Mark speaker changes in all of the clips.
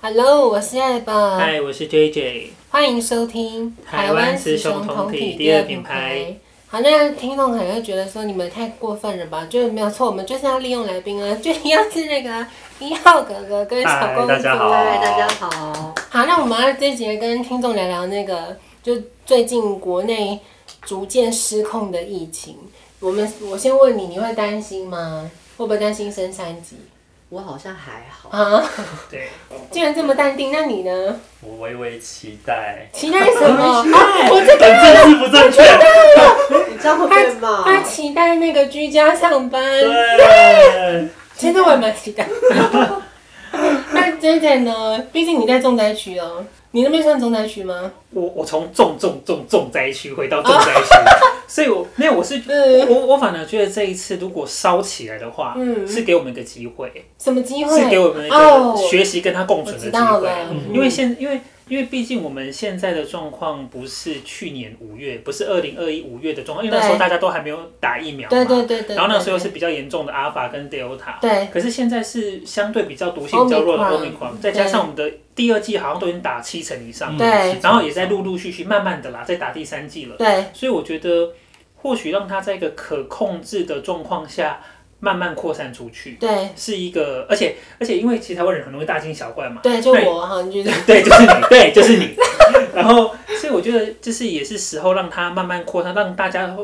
Speaker 1: Hello，我是艾宝，
Speaker 2: 嗨，我是 JJ。
Speaker 1: 欢迎收听
Speaker 2: 台湾雌雄同体第二品牌。
Speaker 1: 好，那听众可能会觉得说你们太过分了吧？就是没有错，我们就是要利用来宾啊，就一样是那个 啊一号哥哥跟小
Speaker 2: 嗨
Speaker 1: 公主。
Speaker 2: 大家好
Speaker 3: 嗨，大家好。
Speaker 1: 啊好，那我们要这节跟听众聊聊那个，就最近国内逐渐失控的疫情。我们我先问你，你会担心吗？会不会担心升三级
Speaker 3: 我好像还好，
Speaker 1: 啊？
Speaker 2: 对，
Speaker 1: 竟然这么淡定，那你呢？
Speaker 4: 我微微期待。
Speaker 1: 期待什么？哦
Speaker 4: 我这政治不 正确。
Speaker 3: 你这样会被骂。
Speaker 1: 他期待那个居家上班，
Speaker 4: 对，
Speaker 1: 其实我也蛮期待。 那 J J 呢？毕竟你在重灾区哦，你那边算重灾区吗？
Speaker 2: 我我从重重重重灾区回到重灾 区，所以我没有，我是
Speaker 1: 嗯
Speaker 2: 我我反而觉得这一次如果烧起来的话，
Speaker 1: 嗯
Speaker 2: 是给我们一个机会，
Speaker 1: 什么机
Speaker 2: 是给
Speaker 1: 会？
Speaker 2: 我们一
Speaker 1: 哦
Speaker 2: 个学习跟他共
Speaker 1: 我
Speaker 2: 存的
Speaker 1: 知
Speaker 2: 机
Speaker 1: 道
Speaker 2: 会嗯
Speaker 1: 了。。嗯
Speaker 2: 因为现因为因为毕竟我们现在的状况不是去年五月，不是二零二一五月的状况，因为那时候
Speaker 1: 对
Speaker 2: 大家都还没有打疫苗嘛，
Speaker 1: 对对对对。
Speaker 2: 然后那时候又
Speaker 1: 对
Speaker 2: 是比较严重的阿尔法跟 Delta，
Speaker 1: 对
Speaker 2: 可是现在是相对比较毒性比较弱的
Speaker 1: Omicron，
Speaker 2: Omicron，再加上我们的第二季好像都已经打七成以上，
Speaker 1: 对
Speaker 2: 然后也在陆陆续续慢慢的啦，在打第三季了。
Speaker 1: 对
Speaker 2: 所以我觉得，或许让它在一个可控制的状况下慢慢扩散出去，
Speaker 1: 对
Speaker 2: 是一个，而且而且因为其实台湾人很容易大惊小怪嘛，
Speaker 1: 对，就
Speaker 2: 对
Speaker 1: 我哈，你觉得？
Speaker 2: 对，就是你，对，就是你。 然后，所以我觉得就是也是时候让它慢慢扩散，让大家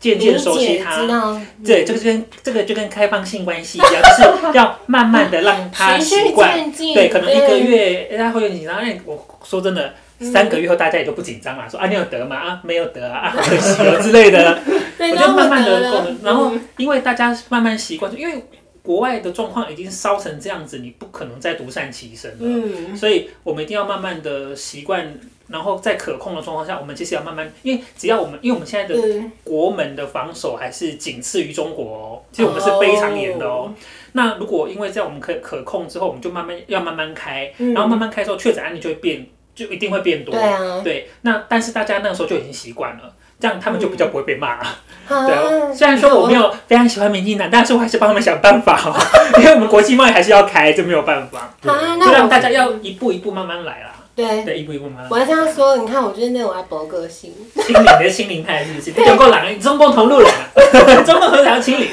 Speaker 2: 渐渐熟悉它。
Speaker 1: 知道
Speaker 2: 对，这个就跟这个就跟开放性关系一样，就是要慢慢的让 他
Speaker 1: 循
Speaker 2: 习
Speaker 1: 序
Speaker 2: 惯。
Speaker 1: 渐进，嗯
Speaker 2: 对，可能一个
Speaker 1: 对。
Speaker 2: 月哎他会有点紧张，那我说真的，
Speaker 1: 嗯
Speaker 2: 三个月后大家也就不紧张了，说啊你有得吗？啊没有得啊，啊好可惜哦之类 的。
Speaker 1: 对，
Speaker 2: 我
Speaker 1: 然
Speaker 2: 就
Speaker 1: 后
Speaker 2: 慢慢
Speaker 1: 得
Speaker 2: 的
Speaker 1: 了
Speaker 2: 过，然后
Speaker 1: 嗯
Speaker 2: 因为大家慢慢习惯，因为国外的状况已经烧成这样子，你不可能再独善其身了。
Speaker 1: 嗯，
Speaker 2: 所以我们一定要慢慢的习惯，然后在可控的状况下，我们其实要慢慢，因为只要我们，因为我们现在的
Speaker 1: 嗯
Speaker 2: 国门的防守还是仅次于中国哦，其实我们是非常严的哦。那如果因为在我们可可控之后，我们就慢慢要慢慢开，
Speaker 1: 嗯
Speaker 2: 然后慢慢开之后，确诊案例就会变，就一定会变多。
Speaker 1: 对啊，
Speaker 2: 对那但是大家那个时候就已经习惯了。这样他们就比较不会被骂了。对
Speaker 1: 啊
Speaker 2: 哦， 虽然说我没有非常喜欢民进党，但是我还是帮他们想办法 哦，因为我们国际贸易还是要开，这没有办法。
Speaker 1: 啊，
Speaker 2: 就
Speaker 1: 那
Speaker 2: 让
Speaker 1: 我
Speaker 2: 大家要一步一步慢慢来啦。
Speaker 1: 对，
Speaker 2: 对，一步一步慢慢
Speaker 1: 我
Speaker 2: 来。
Speaker 1: 要这样说，你看，我就是那种阿伯个性，
Speaker 2: 心灵的心灵派是不是？ 不能够懒，中共同路人啊， 中共同路人要清理。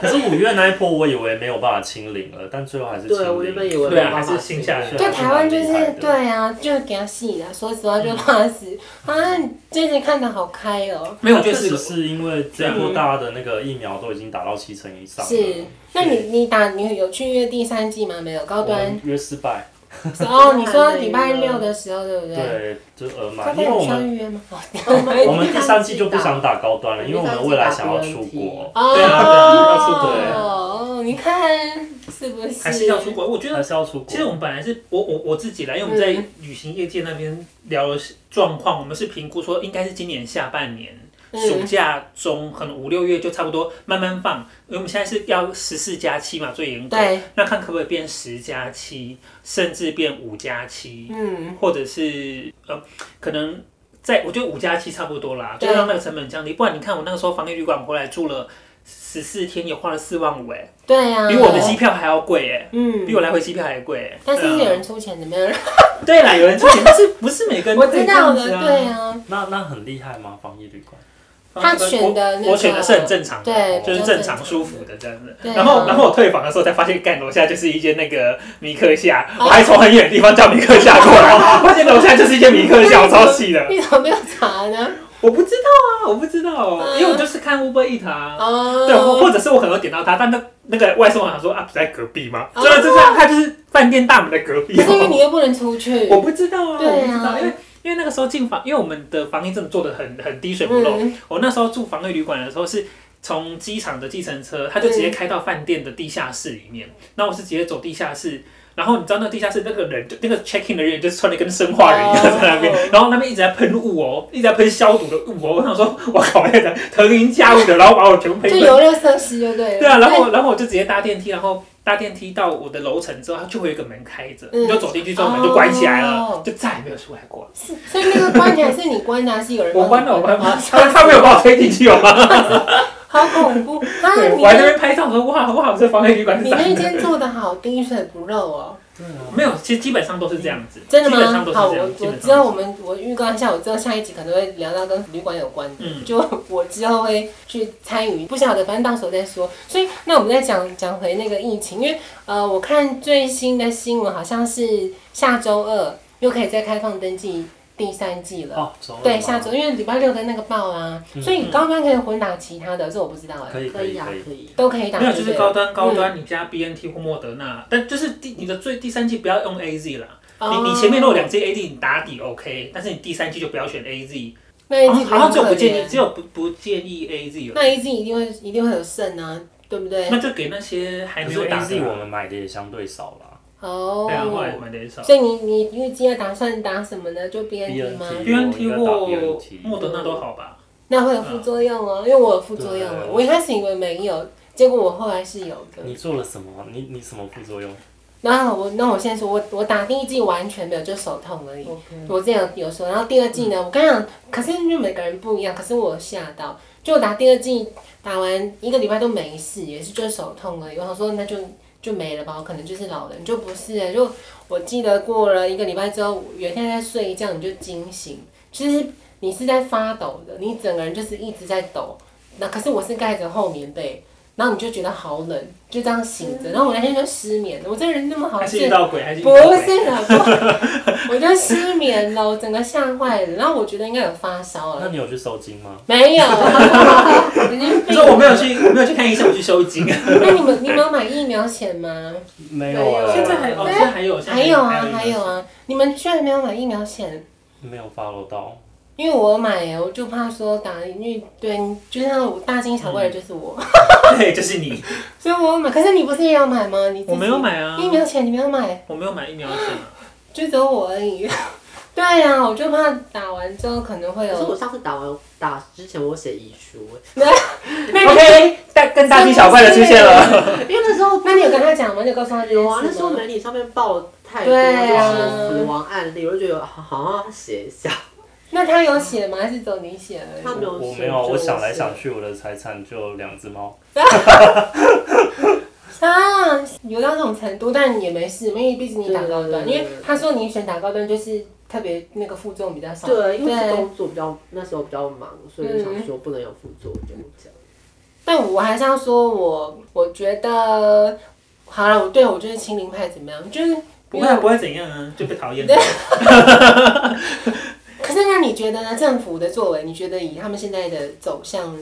Speaker 4: 可是五月那一波，我以为没有办法清零了，但最后还是清零。
Speaker 3: 对，我原本以为
Speaker 2: 对啊
Speaker 3: 没办法
Speaker 2: 还是心下来
Speaker 4: 是啊
Speaker 1: 对台湾就是
Speaker 4: 还蛮厉害的
Speaker 1: 对啊，就是给他戏的，说实话就怕死啊，你最近看的好开哦。
Speaker 2: 没有，就
Speaker 4: 确实
Speaker 2: 是
Speaker 4: 是因为这一
Speaker 2: 嗯
Speaker 4: 波大家的那个疫苗都已经打到七成以上了。
Speaker 1: 是，那你你打你有去约第三季吗？没有，高
Speaker 4: 我
Speaker 1: 端
Speaker 4: 们约失败，
Speaker 1: 哦，你说礼拜六的时候对不对？
Speaker 4: 对，就额
Speaker 1: 高端
Speaker 4: 满，因为
Speaker 1: 有
Speaker 4: 我
Speaker 1: 需要
Speaker 4: 们
Speaker 1: 预约吗？
Speaker 4: 我们第三季就不想打高端了，因为我们未来想要出国，
Speaker 1: 哦，
Speaker 2: 对啊对
Speaker 4: 啊要出国
Speaker 1: 哦，你看是不是？嗯
Speaker 2: 还是要出国。我觉
Speaker 4: 还
Speaker 2: 得
Speaker 4: 是要出国。
Speaker 2: 其实我们本来是我我我自己来，因为我们在旅行业界那边聊的是状况，我们是评估说应该是今年下半年。
Speaker 1: 嗯
Speaker 2: 暑假中可能五六月就差不多慢慢放，因为我们现在是要十四加七嘛，最严格。
Speaker 1: 对，啊
Speaker 2: 那看可不可以变十加七，甚至变五加七。
Speaker 1: 嗯，
Speaker 2: 或者是呃，可能在我觉得五加七差不多啦，
Speaker 1: 对
Speaker 2: 就让那个成本降低。不然你看我那个时候防疫旅馆回来住了十四天，也花了四万五，哎，
Speaker 1: 对呀，
Speaker 2: 比我的机票还要贵，哎。
Speaker 1: 嗯
Speaker 2: 比，我来回机票还贵，哎
Speaker 1: 但是
Speaker 2: 对啊
Speaker 1: 有人出钱的，没有 人，
Speaker 2: 对啦，有人出钱，但是不是每个人
Speaker 1: 我
Speaker 2: 都可以
Speaker 1: 知
Speaker 2: 这
Speaker 1: 道
Speaker 2: 样
Speaker 1: 的，
Speaker 2: 子啊
Speaker 1: 对啊，
Speaker 4: 那那很厉害吗？防疫旅馆？
Speaker 1: 他选的那个
Speaker 2: 我我选的是很正常的，
Speaker 1: 对，
Speaker 2: 就是
Speaker 1: 比较
Speaker 2: 正常舒服的这样子。
Speaker 1: 对啊
Speaker 2: 然后然后我退房的时候才发现，干楼下就是一间那个米克夏，
Speaker 1: 哦
Speaker 2: 我还从很远的地方叫米克夏 过来，发现楼下就是一间米克夏，我超气的。
Speaker 1: 你怎么没有查呢？
Speaker 2: 我不知道啊，我不知道，
Speaker 1: 嗯
Speaker 2: 因为我就是看 Uber Eat 啊。
Speaker 1: 哦，
Speaker 2: 对，或或者是我可能有点到他，但那那个外送我想说啊，不在隔壁吗？
Speaker 1: 哦
Speaker 2: 对，就是他他就是饭店大门的隔壁
Speaker 1: 可。是因为你又不能出去，
Speaker 2: 我不知道啊，
Speaker 1: 对啊
Speaker 2: 我不知道，因为因为那个时候进房，因为我们的防疫真的做的很很滴水不漏。
Speaker 1: 嗯
Speaker 2: 我那时候住防疫旅馆的时候是。从机场的计程车，他就直接开到饭店的地下室里
Speaker 1: 嗯
Speaker 2: 面。然后我是直接走地下室，然后你知道那个地下室那个人，就那个 check in 的人就是穿的跟生化人一样
Speaker 1: 哦
Speaker 2: 在那边，然后那边一直在喷雾哦，一直在喷消毒的雾哦。我想说，我靠，那个腾云驾雾的，然后把我全部喷
Speaker 1: 就
Speaker 2: 一喷。
Speaker 1: 游乐设施就对了。
Speaker 2: 对啊，然后我然后我就直接搭电梯，然后搭电梯到我的楼层之后，它就会有一个门开着，
Speaker 1: 嗯
Speaker 2: 你就走进去之后门就关起来
Speaker 1: 哦
Speaker 2: 了，就再也没有出来过。
Speaker 1: 是所以那个关起来是你关的，还是有人？
Speaker 2: 我关了，我 关了
Speaker 1: 了，，
Speaker 2: 他他没有把我推进去哦。
Speaker 1: 好恐怖啊！
Speaker 2: 对，
Speaker 1: 你
Speaker 2: 我还在那
Speaker 1: 那
Speaker 2: 边拍照说哇，哇，我这防疫旅馆是
Speaker 1: 你
Speaker 2: 啥？
Speaker 1: 那间做的好滴水不漏哦，
Speaker 4: 对啊，
Speaker 2: 没有，其实基本上都是这样子，
Speaker 1: 真的
Speaker 2: 基本上
Speaker 1: 吗
Speaker 2: 都？是
Speaker 1: 好，
Speaker 2: 这
Speaker 1: 我
Speaker 2: 样。基
Speaker 1: 我
Speaker 2: 本
Speaker 1: 知道
Speaker 2: 上
Speaker 1: 我们我预告一下，我知道下一集可能会聊到跟旅馆有关的，
Speaker 2: 嗯
Speaker 1: 就我之后会去参与，不晓得，反正到时候再说。所以那我们再讲讲回那个疫情，因为呃，我看最新的新闻好像是下周二又可以再开放登记第三季了。
Speaker 4: 哦，走了
Speaker 1: 对，
Speaker 4: 吗
Speaker 1: 下周因为礼拜六跟那个报啊，
Speaker 4: 嗯
Speaker 1: 所以高端可以混打其他的，这我不知道哎、
Speaker 4: 可以可以
Speaker 3: 啊
Speaker 4: 可以，
Speaker 3: 可以。
Speaker 1: 都可以打。
Speaker 2: 嗯没有，就是
Speaker 1: 对不对
Speaker 2: 高端高
Speaker 1: 嗯
Speaker 2: 端，你加 B N T 或莫德纳，但就是第你的最第三季不要用 A Z 啦。你你前面如果两
Speaker 1: 哦
Speaker 2: 季 A Z 你打底 OK，但是你第三季就不要选 A Z，
Speaker 1: 那一季
Speaker 2: 哦好像只有不建
Speaker 1: 很
Speaker 2: 议，
Speaker 1: 可
Speaker 2: 只
Speaker 1: 怜
Speaker 2: 有不不建议 A Z
Speaker 1: 那
Speaker 2: 了。
Speaker 1: 一季一定会一定会有剩啊，对不对？
Speaker 2: 那就给那些还
Speaker 4: 可
Speaker 2: 没
Speaker 4: 是
Speaker 2: 有哎打
Speaker 4: A
Speaker 2: 的啊
Speaker 4: Z 我
Speaker 2: 啦，
Speaker 4: 们买的也相对少啦
Speaker 1: 哦
Speaker 2: 对啊，后来买的也少。
Speaker 1: 所以你你预计要打算打什么呢？就 BNT 吗？
Speaker 4: ，BNT
Speaker 2: B N T
Speaker 4: 我应该打
Speaker 2: 或
Speaker 4: BNT
Speaker 2: 莫德纳都好吧？
Speaker 1: 那会有副作用
Speaker 2: 嗯
Speaker 1: 哦，因为我有副作用哦，
Speaker 4: 对
Speaker 1: 我一开始以为没有，结果我后来是有的。
Speaker 4: 你做了什么？你你什么副作用？
Speaker 1: 然后我那我先说，我我打第一剂完全没有，就手痛而已。
Speaker 3: OK，
Speaker 1: 我之前有有说，然后第二季呢，我跟你讲，可是因为每个人不一样，可是我有吓到，就我打第二季打完一个礼拜都没事，也是就是手痛而已。我想说那就就没了吧，我可能就是老人，就不是、欸，就我记得过了一个礼拜之后，有一天在睡一觉你就惊醒，其实你是在发抖的，你整个人就是一直在抖。那可是我是盖着厚棉被。然后你就觉得好冷，就这样醒着。然后我那天就失眠了。我这个人那么好
Speaker 2: 嗯还是
Speaker 1: 睡
Speaker 2: 遇到鬼，还是遇
Speaker 1: 哦不
Speaker 2: 到鬼？
Speaker 1: 是啦，不我就失眠了，我整个吓坏了。然后我觉得应该有发烧
Speaker 2: 呃
Speaker 4: 那
Speaker 1: 了，
Speaker 4: 你有去收金吗？
Speaker 1: 没有，啊 已经
Speaker 2: 你
Speaker 1: 病
Speaker 2: 说我
Speaker 1: 了。
Speaker 2: 没有去，我没有去看医生，我去收金。
Speaker 1: 那你们你们有买疫苗险吗？
Speaker 4: 没
Speaker 3: 没有欸
Speaker 4: 哎
Speaker 2: 现在还哦，现在还有，现在
Speaker 1: 还有啊，还
Speaker 2: 一个
Speaker 1: 有啊。你们居然没有买疫苗险？
Speaker 4: 没有 follow 到。
Speaker 1: 因为我有买耶，我就怕说打，因为对，就像我大惊小怪的就是 我，
Speaker 2: 对，就是你，
Speaker 1: 所以我有买。可是你不是也有买吗？你自己
Speaker 2: 我没有买啊，
Speaker 1: 疫苗险，你没有买，
Speaker 2: 我没有买疫苗险啊。
Speaker 1: 就只有我而已。 对呀、啊，我就怕打完之后可能会
Speaker 3: 可是我
Speaker 1: 有。
Speaker 3: 上次打完打之前，我写遗书，
Speaker 1: 那你
Speaker 2: OK，大更大惊小怪的出现了。
Speaker 3: 因为那时候
Speaker 1: 那你有跟他讲吗？你有告诉他这件事
Speaker 3: 有
Speaker 1: 吗
Speaker 3: 啊，那时候媒体上面报了太多
Speaker 1: 对啊
Speaker 3: 就是死亡案例，我就觉得好好像要写一下。
Speaker 1: 那他有写吗？还是走你写而
Speaker 3: 他
Speaker 1: 已？
Speaker 3: 没有
Speaker 4: 我
Speaker 3: 写，
Speaker 4: 我没有，我
Speaker 3: 就是
Speaker 4: 想来想，去，我的财产就两只猫。
Speaker 1: 啊，有到这种程度，但也没事，因为毕竟你打高端，因
Speaker 3: 对
Speaker 1: 为他说你选打高端就是特别那个负重比较少。
Speaker 3: 对，因为是
Speaker 1: 对。
Speaker 3: 工作比较那时候比较忙，所以就想说不能有副作用这样。
Speaker 1: 但我还是要说我，我觉得好了，我对我就是清零派怎么样？就是嗯
Speaker 2: 不会啊不会怎样啊，就被讨厌。
Speaker 1: 可是那你觉得呢？政府的作为，你觉得以他们现在的走向，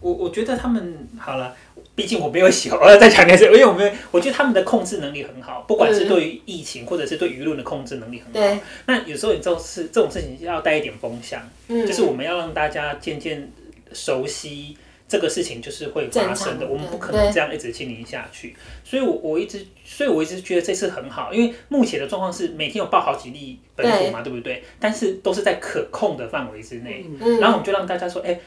Speaker 2: 我我觉得他们好了，毕竟我没有写，我要再强调一次，因为我没有，我觉得他们的控制能力很好，不管是
Speaker 1: 嗯
Speaker 2: 对于疫情或者是对舆论的控制能力很好。
Speaker 1: 对，
Speaker 2: 那有时候你这种事这种事情要带一点风向，
Speaker 1: 嗯，
Speaker 2: 就是我们要让大家渐渐熟悉这个事情，就是会发生
Speaker 1: 正常
Speaker 2: 的，
Speaker 1: 的
Speaker 2: 我们不可能这样一直清零下去。所以我，我一直，所以我一直觉得这次很好，因为目前的状况是每天有报好几例本土嘛，对不对？但是都是在可控的范围之内。
Speaker 3: 嗯
Speaker 1: 嗯，
Speaker 2: 然后我们就让大家说，哎、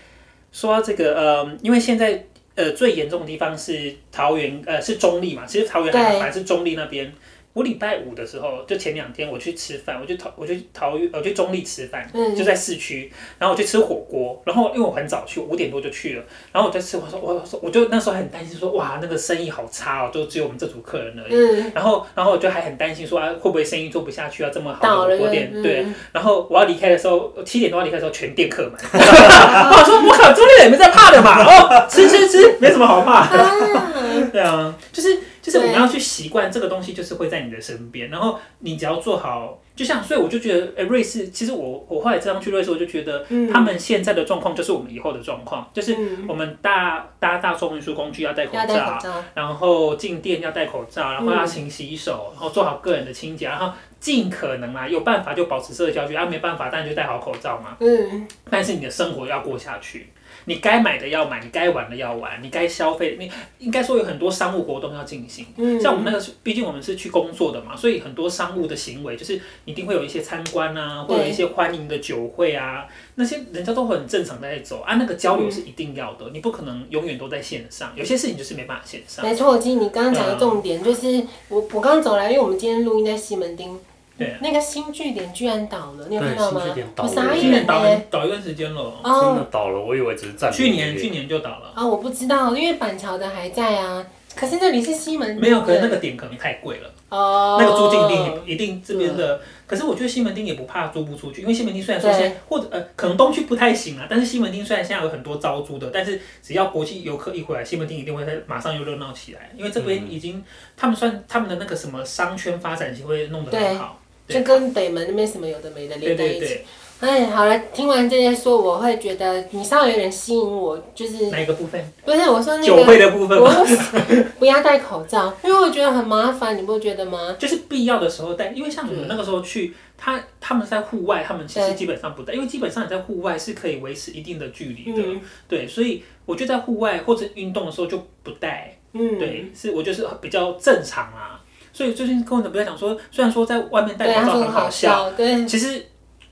Speaker 2: 说到这个，呃，因为现在呃最严重的地方是桃园，呃是中立嘛，其实桃园还好
Speaker 1: 对
Speaker 2: 反正是中立那边。我礼拜五的时候，就前两天我去吃饭，我去桃，我去桃园，我去中立吃饭，
Speaker 1: 嗯
Speaker 2: 就在市区，然后我去吃火锅，然后因为我很早去，五点多就去了，然后我在吃，我说我说我就那时候还很担心说，哇，那个生意好差哦，就只有我们这组客人而已。
Speaker 1: 嗯，
Speaker 2: 然后，然后我就还很担心说，啊，会不会生意做不下去啊？这么好
Speaker 1: 倒
Speaker 2: 的
Speaker 1: 了
Speaker 2: 火锅
Speaker 1: 对
Speaker 2: 店，
Speaker 1: 不
Speaker 2: 对
Speaker 1: 对，嗯
Speaker 2: 然后我要离开的时候，七点多要离开的时候，全店 客满。我说我靠，中立人也没在怕的嘛，哦，吃吃吃，没什么好怕。 对啊，就是就是我们
Speaker 1: 对
Speaker 2: 要去习惯这个东西，就是会在你的身边。然后你只要做好，就像所以我就觉得，哎、瑞士其实我我后来这趟去瑞士，我就觉得
Speaker 1: 嗯
Speaker 2: 他们现在的状况就是我们以后的状况，就是
Speaker 1: 嗯
Speaker 2: 我们大搭大众运输工具要戴口
Speaker 1: 要戴
Speaker 2: 罩啊
Speaker 1: 口，罩，
Speaker 2: 然后进店要戴口罩，然后要勤洗手，然后做好个人的清洁，然后尽可能啊，有办法就保持社交距离，啊没办法当然就戴好口罩嘛。
Speaker 1: 嗯，
Speaker 2: 但是你的生活要过下去，你该买的要买，你该玩的要玩，你该消费，你应该说有很多商务活动要进行。
Speaker 1: 嗯
Speaker 2: 像我们那个是，毕竟我们是去工作的嘛，所以很多商务的行为就是一定会有一些参观啊，
Speaker 1: 对
Speaker 2: 或者一些欢迎的酒会啊，那些人家都很正常地在走啊，那个交流是一定要的，你不可能永远都在线上，有些事情就是没办法线上。
Speaker 1: 没错，其实你刚刚
Speaker 2: 啊
Speaker 1: 讲的重点就是我，我刚走来，因为我们今天录音在西门町，
Speaker 2: 对，啊
Speaker 1: 那个新据点居然倒了，你有
Speaker 4: 对
Speaker 1: 看到吗
Speaker 4: 新据点？倒
Speaker 1: 我
Speaker 4: 了
Speaker 1: 傻
Speaker 2: 去
Speaker 1: 眼
Speaker 2: 年
Speaker 1: 呢、
Speaker 2: 倒很倒一段时间了，
Speaker 4: 真的
Speaker 1: 哦
Speaker 4: 倒了，我以为只是暂停。
Speaker 2: 去年去年就倒了。
Speaker 1: 啊，我不知道，因为板桥的还在啊，可是那里是西门町，
Speaker 2: 没有，可
Speaker 1: 对
Speaker 2: 能那个点可能太贵了，
Speaker 1: 哦，
Speaker 2: 那个租金一定一定这边的。可是我觉得西门町也不怕租不出去，因为西门町虽然说现在或者呃可能东区不太行啊，但是西门町虽然现在有很多招租的，但是只要国际游客一回来，西门町一定会马上又热闹起来，因为这边已经、他们算他们的那个什么商圈发展协会弄得很好。对
Speaker 1: 就跟北门那边什么有的没的
Speaker 2: 对
Speaker 1: 连在
Speaker 2: 对
Speaker 1: 一起。
Speaker 2: 对，
Speaker 1: 哎，好了，听完这些说，我会觉得你稍微有点吸引我，就是
Speaker 2: 哪一个部分？
Speaker 1: 不是我说那
Speaker 2: 酒
Speaker 1: 个
Speaker 2: 会的部分吗？
Speaker 1: 我不不要戴口罩，因为我觉得很麻烦，你不觉得吗？
Speaker 2: 就是必要的时候戴，因为像我们那个时候去，他他们在户外，他们其实
Speaker 1: 对
Speaker 2: 基本上不戴，因为基本上你在户外是可以维持一定的距离的，
Speaker 1: 嗯
Speaker 2: 对，所以我觉得在户外或者运动的时候就不戴，
Speaker 1: 嗯，
Speaker 2: 对，是我就是比较正常啊。所以最近跟我的朋友讲说，虽然说在外面
Speaker 1: 对，
Speaker 2: 戴口
Speaker 1: 他说
Speaker 2: 罩很
Speaker 1: 很好
Speaker 2: 好笑，
Speaker 1: 笑，对，
Speaker 2: 其实